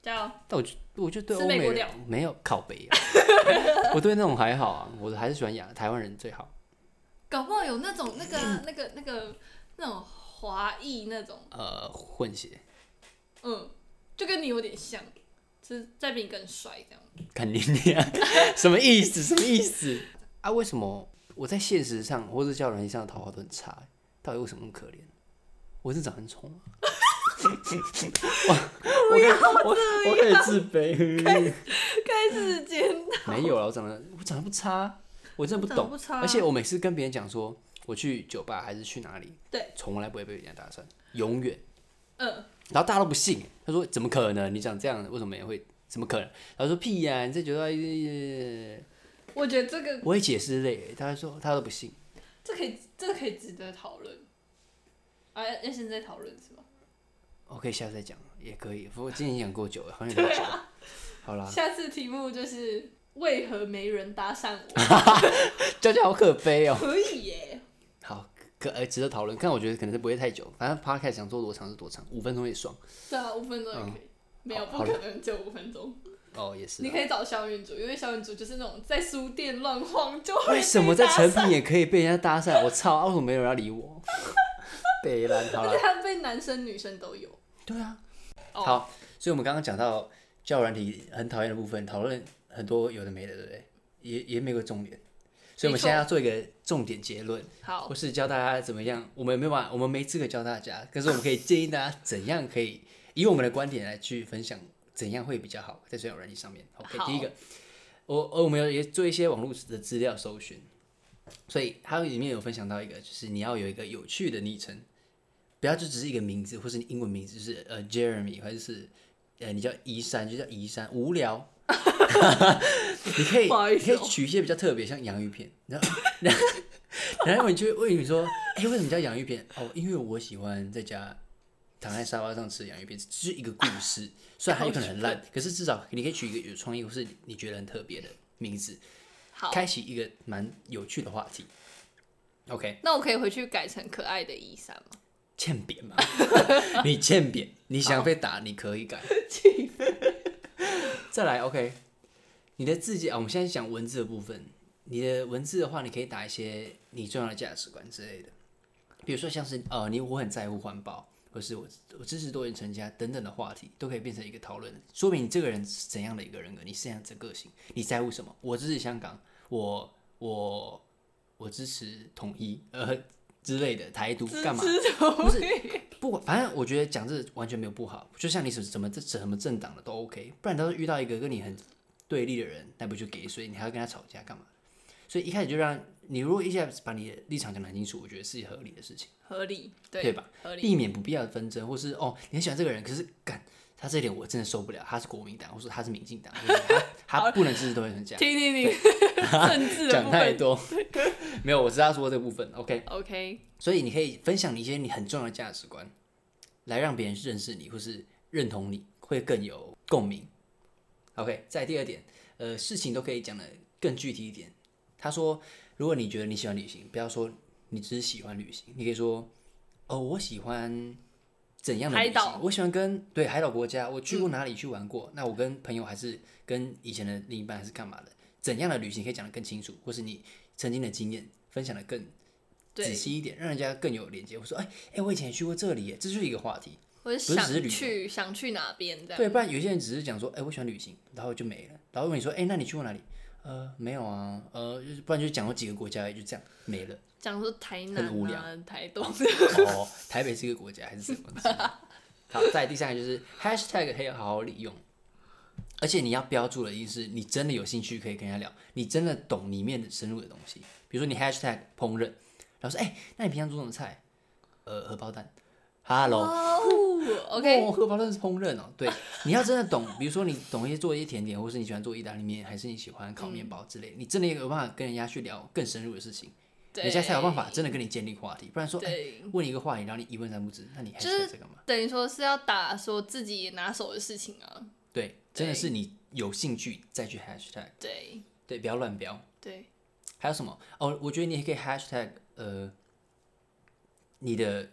加油，但我就我就对是欧美美国人料没有靠北、啊， 我对那种还好啊，我还是喜欢亚台湾人最好。搞不好有那种那个嗯啊那个那个那种华裔那种。呃混血，嗯，就跟你有点像，就是再比你更帅这样。肯定的，什么意思？什么意思？ 啊，为什么我在现实上或者交友软件上的桃花都很差欸、到底为什么那么可怜？我是长得很丑吗？ 我我可以我我可以自 卑，开始检讨，没有了，我长得我长得不差啊，我真的不长得懂。不差啊而且我每次跟别人讲说我去酒吧还是去哪里， 对，从来不会被人家搭讪，永远。嗯，然后大家都不信，欸他说怎么可能？你长这样，为什么也会？怎么可能？他说屁呀、你这酒吧我觉得这个我也解释类，他说他都不信。这可以这可以值得讨论。啊，要要现在讨论是吗？我可以下次再讲，也可以。不过今天已经讲过久了，好像有点久了。 好啦，下次题目就是为何没人搭讪我？娇娇好可悲哦、可以耶，好，可呃值得讨论，但我觉得可能是不会太久。反正 podcast 想做多长是多长，五分钟也爽。对啊，五分钟也可以。没有，嗯好不可能只有五分钟。哦，也是你啊。可以找校运组，因为校运组就是那种在书店乱晃就会为什么在被搭成讪品也可以被人家搭讪？我操，啊为什么没有人要理我？ 北兰，好而了且，他被男生女生都有。对啊。哦好，所以我们刚刚讲到教软体很讨厌的部分，讨论很多有的没的，对不对？也也没有个重点，所以我们没错现在要做一个重点结论。好或，是教大家怎么样，我们没有办法，我们没资格教大家，可是我们可以建议大家怎样可以以我们的观点来去分享，怎样会比较好在社交软件上面。OK，好第一个，我我们有也做一些网络的资料搜寻，所以它里面有分享到一个，就是你要有一个有趣的昵称，不要就只是一个名字或是你英文名字，就是呃 Jeremy 或者是呃你叫依山就叫依山，无聊。 你可以，不好意你思可哦以取一些比较特别，像洋芋片，然后 然后然后你就会问你说，哎、为什么叫洋芋片？哦，因为我喜欢在家躺在沙发上吃洋芋片，这是一个故 事，虽然它有可能很烂，可是至少你可以取一个有创意或是你觉得很特别的名字，好，开启一个蛮有趣的话题。OK，那我可以回去改成可爱的伊莎吗？欠扁嘛， 你欠扁，你想被打你可以改。再来 OK，你的字迹啊，我们现在讲文字的部分。你的文字的话，你可以打一些你重要的价值观之类的，比如说像是呃，你我很在乎环保，或是我我支持多元成家等等的话题，都可以变成一个讨论，说明你这个人是怎样的一个人格，你是怎样的个性，你在乎什么？我支持香港，我我我支持统一，呃之类的台独干嘛？ 知不是是，不管，反正我觉得讲这完全没有不好，就像你什什么这什么政党的都 OK，不然到时候遇到一个跟你很对立的人，那不就给所以你还要跟他吵架干嘛？所以一开始就让你如果一下子把你的立场讲得很清楚，我觉得是合理的事情，合理，对对吧？合理，避免不必要的纷争，或是哦你很喜欢这个人，可是干他这一点我真的受不了，他是国民党，或者他是民进党，或者他他不能支持多元成 家，听听你 政治的讲部太分多， 没有，我知道说这部分 OK。 ，OK，所以你可以分享你一些你很重要的价值观，来让别人认识你或是认同你，会更有共鸣。OK，再第二点，呃，事情都可以讲的更具体一点。他说，如果你觉得你喜欢旅行，不要说你只是喜欢旅行，你可以说哦，我喜欢怎样的海旅岛行？我喜欢跟对海岛国家，我去过哪里去玩过？那我跟朋友还是跟以前的另一半还是干嘛的？怎样的旅行可以讲得更清楚，或是你曾经的经验分享的更仔对，细一点，让人家更有连接。我说，哎、哎、我以前也去过这里耶，这就是一个话题。我是是只是旅游想去想去哪边这样。对，不然有些人只是讲说，哎、我喜欢旅行，然后就没了。然后问你说，哎、那你去过哪里？呃，没有啊，呃，就是不然就讲过几个国家而已，就这样没了。 讲说台南很无啊、聊台东，哦，台北是一个国家还是什么之类的？好，再来第三个就是 hashtag 可以好好利用，而且你要标注的意思是你真的有兴趣可以跟人家聊，你真的懂里面的深入的东西。比如说你 hashtag 烹饪，然后说哎、那你平常做什么菜？呃，荷包蛋。Hello，哦，OK，哦，荷包蛋是烹饪哦。对，你要真的懂，比如说你懂一些做一些甜点，或是你喜欢做意大利面，还是你喜欢烤面嗯包之类，你真的有办法跟人家去聊更深入的事情，对，人家才有办法真的跟你建立话题。不然说，哎、对，问你一个话题，然后你一问三不知，那你还就是在干嘛？等于说是要打说自己拿手的事情啊，对，真的是你有兴趣再去 hashtag，对对，不要乱标。对，还有什么？哦，我觉得你也可以 hashtag，呃，你的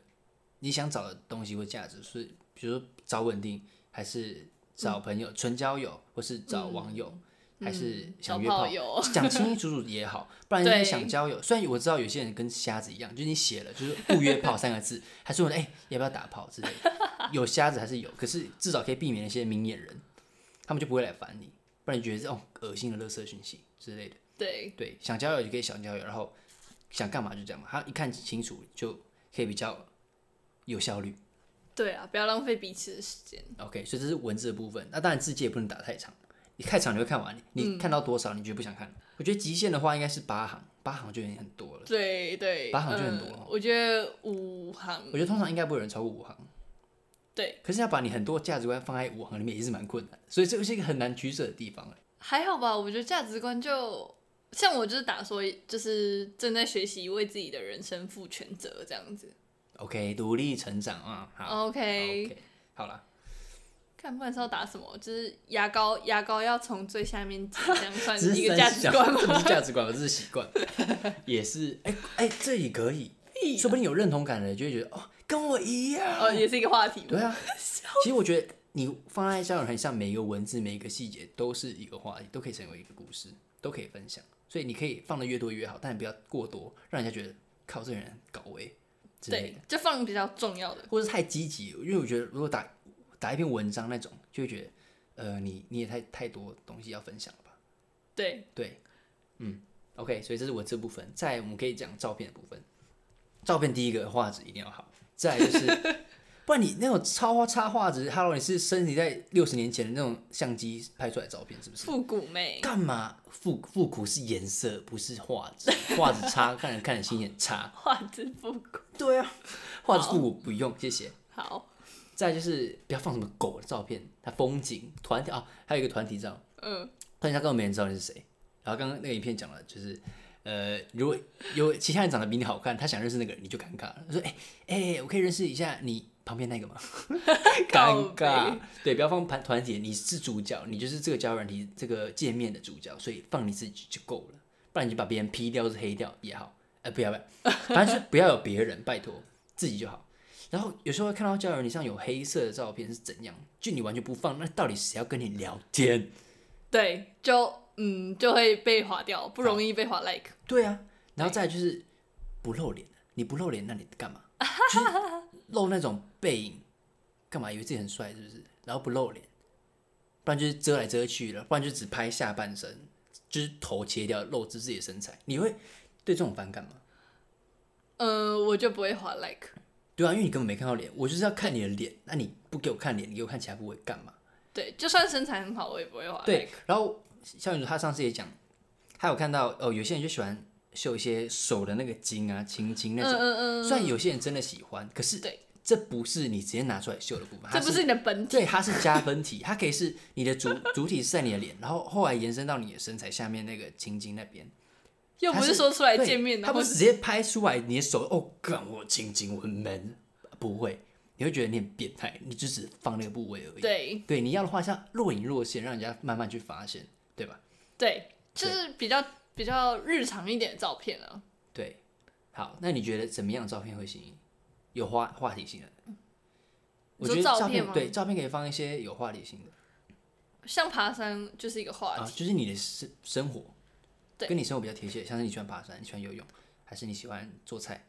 你想找的东西或价值是，比如说找稳定，还是找朋友、纯交友，或是找网友，还是嗯想小约炮炮，友， 讲清清楚楚也好，不然就是对想交友。虽然我知道有些人跟瞎子一样，就是你写了就是“勿约炮”三个 字，还说哎、要不要打炮之类的，有瞎子还是有，可是至少可以避免那些明眼人，他们就不会来烦你，不然你觉得这种恶心的垃圾讯息之类的。对对，想交友就可以想交友，然后想干嘛就干嘛，他一看清楚就可以比较有效率。对啊，不要浪费彼此的时间， OK，所以这是文字的部分。那当然字界也不能打太长，你太长你会看完，你你看到多少你就不想看了。我觉得极限的话应该是八行，八行就已经很多了。对对，八行就很多嗯我觉得五行我觉得通常应该不会有人超过五行，对可是要把你很多价值观放在五行里面也是蛮困难的，所以这个是一个很难取舍的地方。还好吧，我觉得价值观就。像我就是打说，就是正在学习为自己的人生负全责这样子。哦 OK，独立成长啊、嗯，好 OK， OK，好了，看不然是要打什么？就是牙膏，牙膏要从最下面挤，这 样算只是是一个三价值小观这不吗？是价值观，这是习惯，也是。哎、哎、这也可以，说不定有认同感的人就会觉得哦，跟我一样。 哦，也是一个话题嘛。对啊，其实我觉得你放在交友很像每一个文字、每一个细节都是一个话题，都可以成为一个故事，都可以分享。所以你可以放的越多越好，但不要过多，让人家觉得靠这个人很搞味之类对的，，就放比较重要的。或是太积极。因为我觉得如果打打一篇文章那种，就会觉得呃，你你也太太多东西要分享了吧。对，对，嗯，OK，所以这是文字部分。再来我们可以讲照片的部分，照片第一个画质一定要好，再来就是， 不然你那种超画差画质，Hello，你是身体在六十年前的那种相机拍出来的照片是不是？复古妹。 干嘛复复古是颜色，不是画质，画质差，看人看人心情很差。画质复古。对啊，画质复古不用，谢谢。好，再来就是不要放什么狗的照片，它风景团体啊，还有一个团体照，嗯，但是他根本没人知道你是谁。然后刚刚那个影片讲了，就是呃，如果有其他人长得比你好看，他想认识那个人，你就尴尬了。说哎哎、我可以认识一下你旁边那 个吗？尴靠尬北。对，不要放团团体，你是主角，你就是这个交友软体这个界面的主角，所以放你自己就够了。不然你就把别人 P 掉或是黑掉也好，哎、不要不要，反正就是不要有别人，拜托自己就好。然后有时候会看到交友软体上有黑色的照片是怎样，就你完全不放，那到底谁要跟你聊天？对，就嗯就会被划掉，不容易被划 like。对啊，然后再来就是不露脸，你不露脸，那你干嘛？就是露那种背影，干嘛？以为自己很帅是不是？然后不露脸，不然就是遮来遮去了，不然就只拍下半身，就是头切掉露出自己的身材。你会对这种反感吗？呃，我就不会划 like。对啊，因为你根本没看到脸，我就是要看你的脸。那你不给我看脸，你给我看其他部位干嘛？对，就算身材很好，我也不会划 like。对，然后校园他上次也讲，他有看到哦，有些人就喜欢秀一些手的那个筋啊、青筋那嗯种。嗯嗯，虽然有些人真的喜欢，可是对这不是你直接拿出来秀的部分，这它不是你的本体。对，它是加分题，它可以是你的主主体是在你的脸，然后后来延伸到你的身材下面那个青筋那边，又不它是说出来对见面，它然后不是直接拍出来你的手哦，干我青筋我很 man，不会，你会觉得你很变态，你就只放那个部位而已。，对对，你要的话像若隐若现，让人家慢慢去发现，对吧？对，就是比较比较日常一点的照片啊。对，好，那你觉得怎么样的照片会吸引你？有话话题性的？我嗯你觉说得照照片吗对照片可以放一些有话题性的像爬山就是一个话啊，题，就是你的生生活，对跟你生活比较贴切，像是你喜欢爬山，你喜欢游泳，还是你喜欢做菜，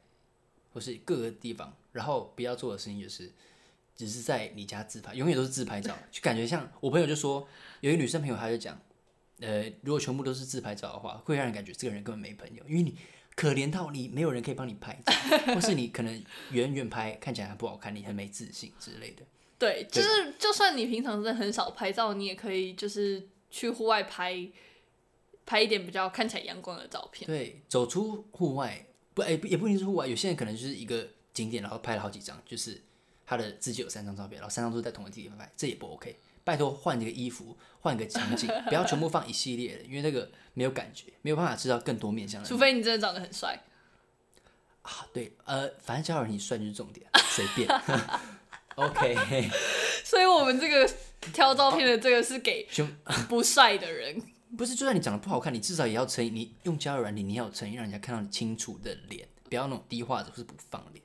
或是各个地方，然后不要做的事情就是。只是在你家自拍，永远都是自拍照，就感觉像我朋友就说，有一个女生朋友，她就讲，呃，如果全部都是自拍照的话，会让人感觉这个人根本没朋友，因为你可怜到你没有人可以帮你拍照，或是你可能远远拍看起来很不好看，你很没自信之类的。对，就是就算你平常真的很少拍照，你也可以就是去户外拍，拍一点比较看起来阳光的照片。对，走出户外，不，哎、不也不一定是户外，有些人可能就是一个景点，然后拍了好几张，就是他的自己有三张照片，然后三张都是在同一个地方拍，这也不 OK。拜托换一个衣服，换一个场景，不要全部放一系列的，因为那个没有感觉，没有办法知道更多面向的除非你真的长得很帅， 啊。对，呃，反正只要你帅就是重点，随便。OK，所以我们这个挑照片的这个是给胸不帅的人。 不是，就算你长得不好看，你至少也要诚意。你用交友软体，你要有诚意，让人家看到你清楚的脸，不要那种低画质或是不放脸。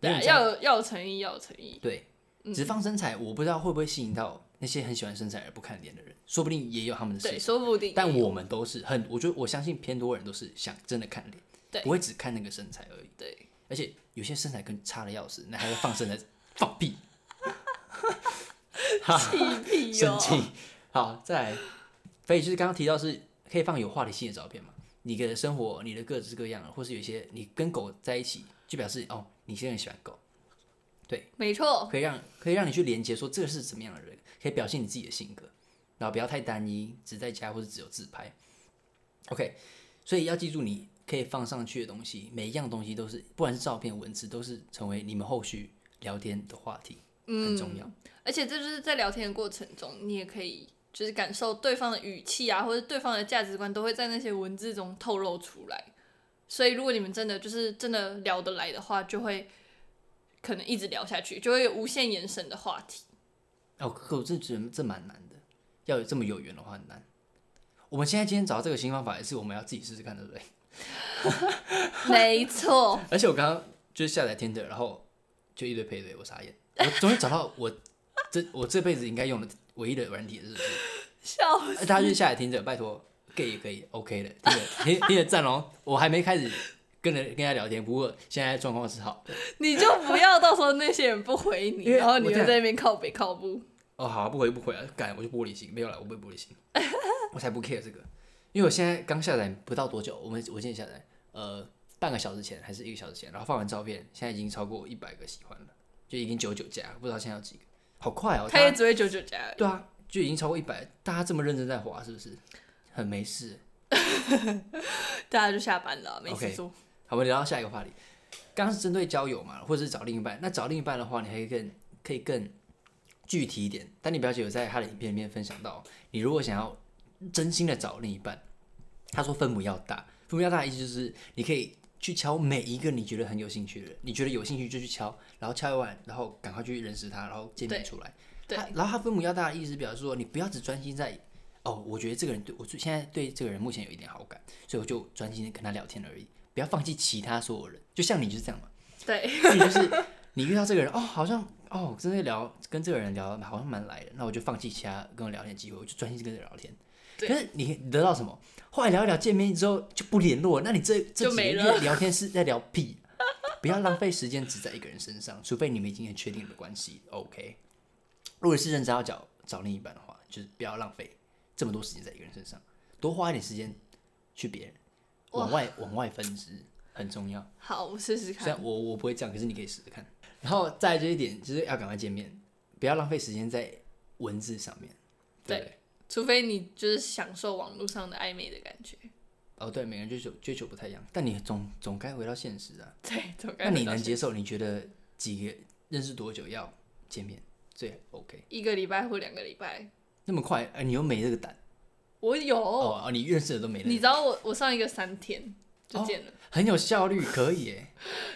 对啊，人家要有要有诚意，要有诚意。对，嗯只放身材，我不知道会不会吸引到那些很喜欢身材而不看脸的人，说不定也有他们的对，事。说不定。但我们都是很，我觉得我相信偏多人都是想真的看脸，对不会只看那个身材而已。对，而且有些身材更差的要死，那还会放身材放 屁，屁屁生哦，气。好，再来，所以就是刚刚提到是可以放有话题性的照片嘛？你的生活，你的各式各样的，或是有一些你跟狗在一起，就表示哦，你现在喜欢狗，没错，可以让可以让你去连接说这个是怎么样的人，可以表现你自己的性格，然后不要太单一，只在家或者只有自拍。OK，所以要记住，你可以放上去的东西，每一样东西都是，不管是照片、文字，都是成为你们后续聊天的话题，很重要。而且这就是在聊天的过程中，你也可以就是感受对方的语气啊，或者对方的价值观，都会在那些文字中透露出来。所以，如果你们真的就是真的聊得来的话，就会可能一直聊下去，就会有无限延伸的话题。哦，可我真的觉得这蛮难的，要有这么有缘的话很难。我们现在今天找到这个新方法，也是我们要自己试试看，对不对？没错，而且我刚刚就是下载 Tinder，然后就一堆配对，我傻眼。我终于找到我这我这辈子应该用的唯一的软体了，是不是？笑死，大家就是下载 Tinder，拜托，gay 也可以，OK 的，Tinder Tinder 赞哦。我还没开始跟人跟人家聊天，不过现在状况是好的。你就不要到时候那些人不回你，因为然后你我又在在那边靠北靠不。哦，好、不回不回啊，干我就玻璃心，没有了，我不会玻璃心， 我才不 care 这个，因为我现在刚下载不到多久，我们我今天下载呃半个小时前还是一个小时前，然后放完照片，现在已经超过一百个喜欢了，就已经九九加，不知道现在有几个，好快哦，他大也家只会九九加而已，对啊，就已经超过一百，大家这么认真在滑是不是？很没事。大家就下班了，没事 OK 做。好，我们聊到下一个话题，刚刚是针对交友嘛，或者是找另一半，那找另一半的话，你还可以更可以更具体一点。丹尼表姐有在她的影片里面分享到，你如果想要真心的找另一半，她说分母要大，分母要大的意思就是你可以去敲每一个你觉得很有兴趣的人，你觉得有兴趣就去敲，然后敲完，然后赶快去认识他，然后见面对出来。对她，然后她分母要大的意思表示说，你不要只专心在。哦，我觉得这个人对我最现在对这个人目前有一点好感，所以我就专心的跟他聊天而已，不要放弃其他所有人。就像你就是这样嘛，对，你就是你遇到这个人哦，好像哦，真的聊跟这个人聊好像蛮来的，那我就放弃其他跟我聊天的机会，我就专心跟这个人聊天。对可是你得到什么？后来聊一聊，见面之后就不联络了，那你这这几就个没月了聊天是在聊屁？不要浪费时间只在一个人身上，除非你们已经很确定的关系。OK，如果是认真要找找另一半的话，就是不要浪费这么多时间在一个人身上，多花一点时间去别人，往外往外分支很重要。好，我试试虽看。然我我不会这样，可是你可以试试看。然后再来这一点就是要赶快见面，不要浪费时间在文字上面。对不对除非你就是享受网络上的暧昧的感觉。哦，对，每个人追求追求不太一样，但你总总该回到现实啊。对，总该那你回到能接受？你觉得几个认识多久要见面最 OK？一个礼拜或两个礼拜，那么快？哎，你又没这个胆我有，哦哦，你认识的都没你了，哦知道我我上一个三天就见了，很有效率，可以耶。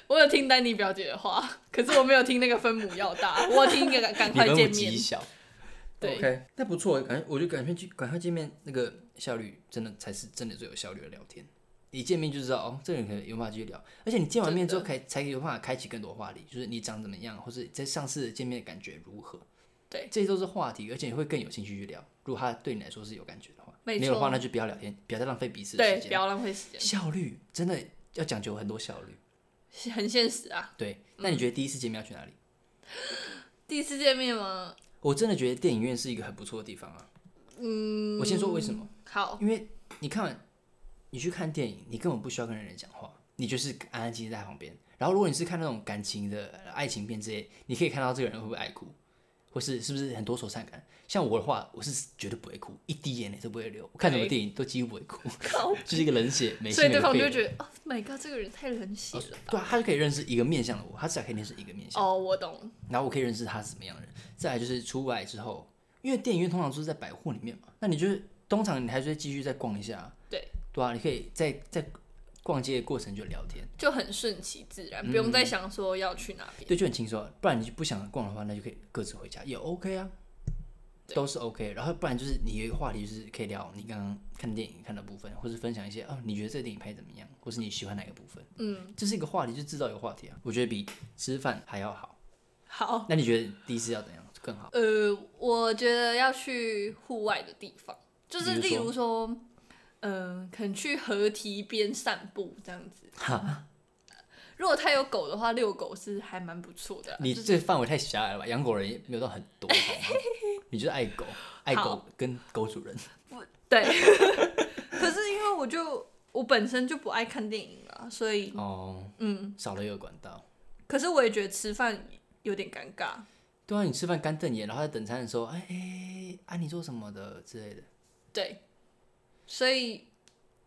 我有听丹妮表姐的话， 可是我没有听那个分母要 大，我有听一个赶你快分母见极面，小。对 OK，那不错，感觉我觉得赶快去赶快见面，那个效率真的才是真的最有效率的聊天，一见面就知道哦，这个人可能有办法继续聊，而且你见完面之后才才有办法开启更多话题，就是你长怎么样，或是在上次见面的感觉如何，对，这些都是话题，而且你会更有兴趣去聊。如果他对你来说是有感觉的话，没有的话错那就不要聊天，不要再浪费彼此的对，时不间。要浪费时效率真的要讲究很多效率。间，很现实啊。对，那你觉得第一次见面要去哪里？第一次见面吗？我真的觉得电影院是一个很不错的地方啊。嗯，我先说为什么。好，因为你看，你去看电影，你根本不需要跟人讲话，你就是安安静静在旁边。然后如果你是看那种感情的呃爱情片之类，你可以看到这个人会不会爱哭，或是是不是很多愁善感。像我的话，我是绝对不会哭，一滴眼泪都不会流。我看什么电影都几乎不会哭， 就是一个冷血没心哎所以没肺对的。方就会觉得，Oh my god，这个人太冷血了。对啊，他就可以认识一个面向的我，他至少可以认识一个面向。哦，我懂，然后我可以认识他是怎么样的人。再来就是出来之后，因为电影院通常都是在百货里面嘛，那你就是通常你还是会继续再逛一下，对对啊，你可以在在逛街的过程就聊天，就很顺其自嗯然，不用再想说要去哪边。对，就很轻松啊。不然你就不想逛的话，那就可以各自回家，也 OK 啊，都是 OK。然后不然就是你有一个话题，就是可以聊你刚刚看电影看的部分，或是分享一些哦，你觉得这个电影拍得怎么样，或是你喜欢哪个部分，嗯，这是一个话题，就制造一个话题啊。我觉得比吃饭还要好。好，那你觉得第一次要怎样更好？呃，我觉得要去户外的地方，就是比例如如说，嗯、可能去河堤边散步这样子。如果他有狗的话，遛狗是还蛮不错的啦。你这范围太狭隘了吧？养狗人也没有到很多，好 吗？你就是爱狗，爱狗跟狗主人。对， 可是因为我就我本身就不爱看电影啦，所以哦，嗯，少了一个管道。可是我也觉得吃饭有点尴尬。对啊，你吃饭干瞪眼，然后在等餐的时候，哎哎，啊你做什么的之类的。对，所以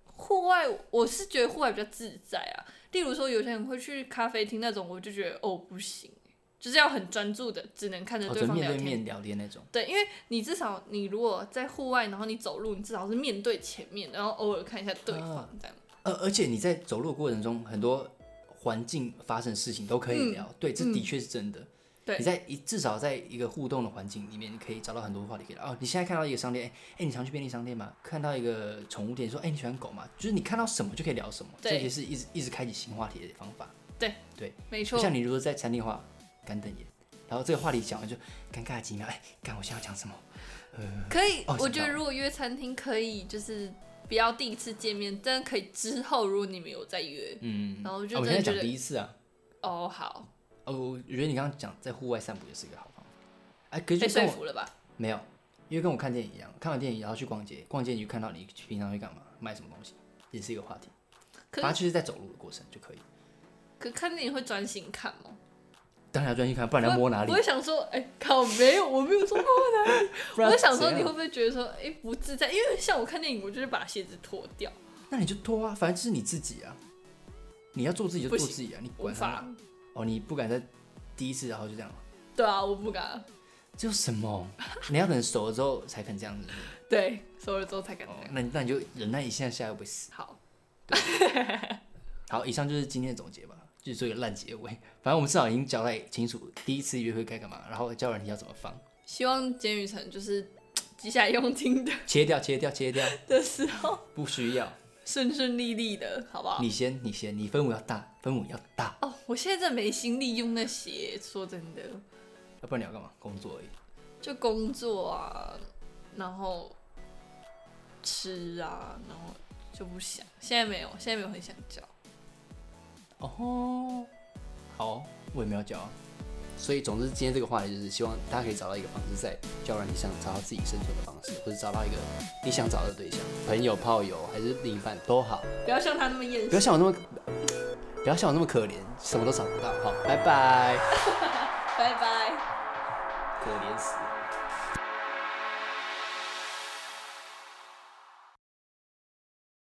户外我是觉得户外比较自在啊。例如说，有些人会去咖啡厅那种，我就觉得哦不行，就是要很专注的，只能看着哦，对就方面聊对天。面聊天那种。对，因为你至少你如果在户外，然后你走路，你至少是面对前面，然后偶尔看一下对啊方这样。而而且你在走路的过程中，很多环境发生的事情都可以聊。对，这的确是真的。嗯对你在一至少在一个互动的环境里面，你可以找到很多话题可以聊。哦，你现在看到一个商店，哎、哎你常去便利商店吗？看到一个宠物店，说，哎、你喜欢狗吗？就是你看到什么就可以聊什么，对这也是一直一直开启新话题的方法。对对，没就错，像你如果在餐厅的话，干瞪眼，然后这个话题讲完就尴尬几秒，哎、干我现在要讲什么？可以。哦我想觉到得了如果约餐厅可以，就是不要第一次见面，但可以之后如果你们有再约，嗯，然后我就啊我真现的在觉讲得第一次啊。哦好，哦，我我觉得你刚刚讲在户外散步也是一个好方法。哎、可是被就说跟我服了吧？没有，因为跟我看电影一样，看完电影然后去逛街，逛街你就看到你平常会干嘛，卖什么东西，也是一个话题。可反是正就是在走路的过程就可以。可看电影会专心看吗？当然要专心看，不然你要摸哪里我？会想说，哎、靠，没有，我没有说摸哪里。不然我想说，怎你样会不会觉得说，哎、不自在？因为像我看电影，我就是把鞋子脱掉，那你就脱啊，反正就是你自己啊，你要做自己就不做行自己啊，你无管他法嘛。。哦，你不敢在第一次然后就这样，对啊，我不敢。这有什么？你要等熟了之后才肯这样子。对，收了之后才敢这哦样。，那你那你就忍耐一下，下会不会死？好，好，以上就是今天的总结吧，就是做一个烂结尾。反正我们至少已经交代清楚，第一次约会该干嘛，然后交人你要怎么放，希望简雨辰就是接下来用听的切掉，切掉，切掉。 的时候不需要，顺顺利利的，好不好？你先，你先，你分母要大，分母要大，哦，我现在真的没心力用那鞋，说真的，要不然你要干嘛？工作而已。就工作啊，然后吃啊，然后就不想。现在没有，现在没有很想交。哦，好，我也没有教啊。所以，总之，今天这个话题就是希望大家可以找到一个方式，在交友软体上找到自己生存的方式，或者找到一个 你想找的对象，朋友、炮友还是另一半都好，嗯不要像他那么厌不要世。像我那么，不要像我那么可怜，什么都找不到。好，拜拜，拜拜。可怜死了。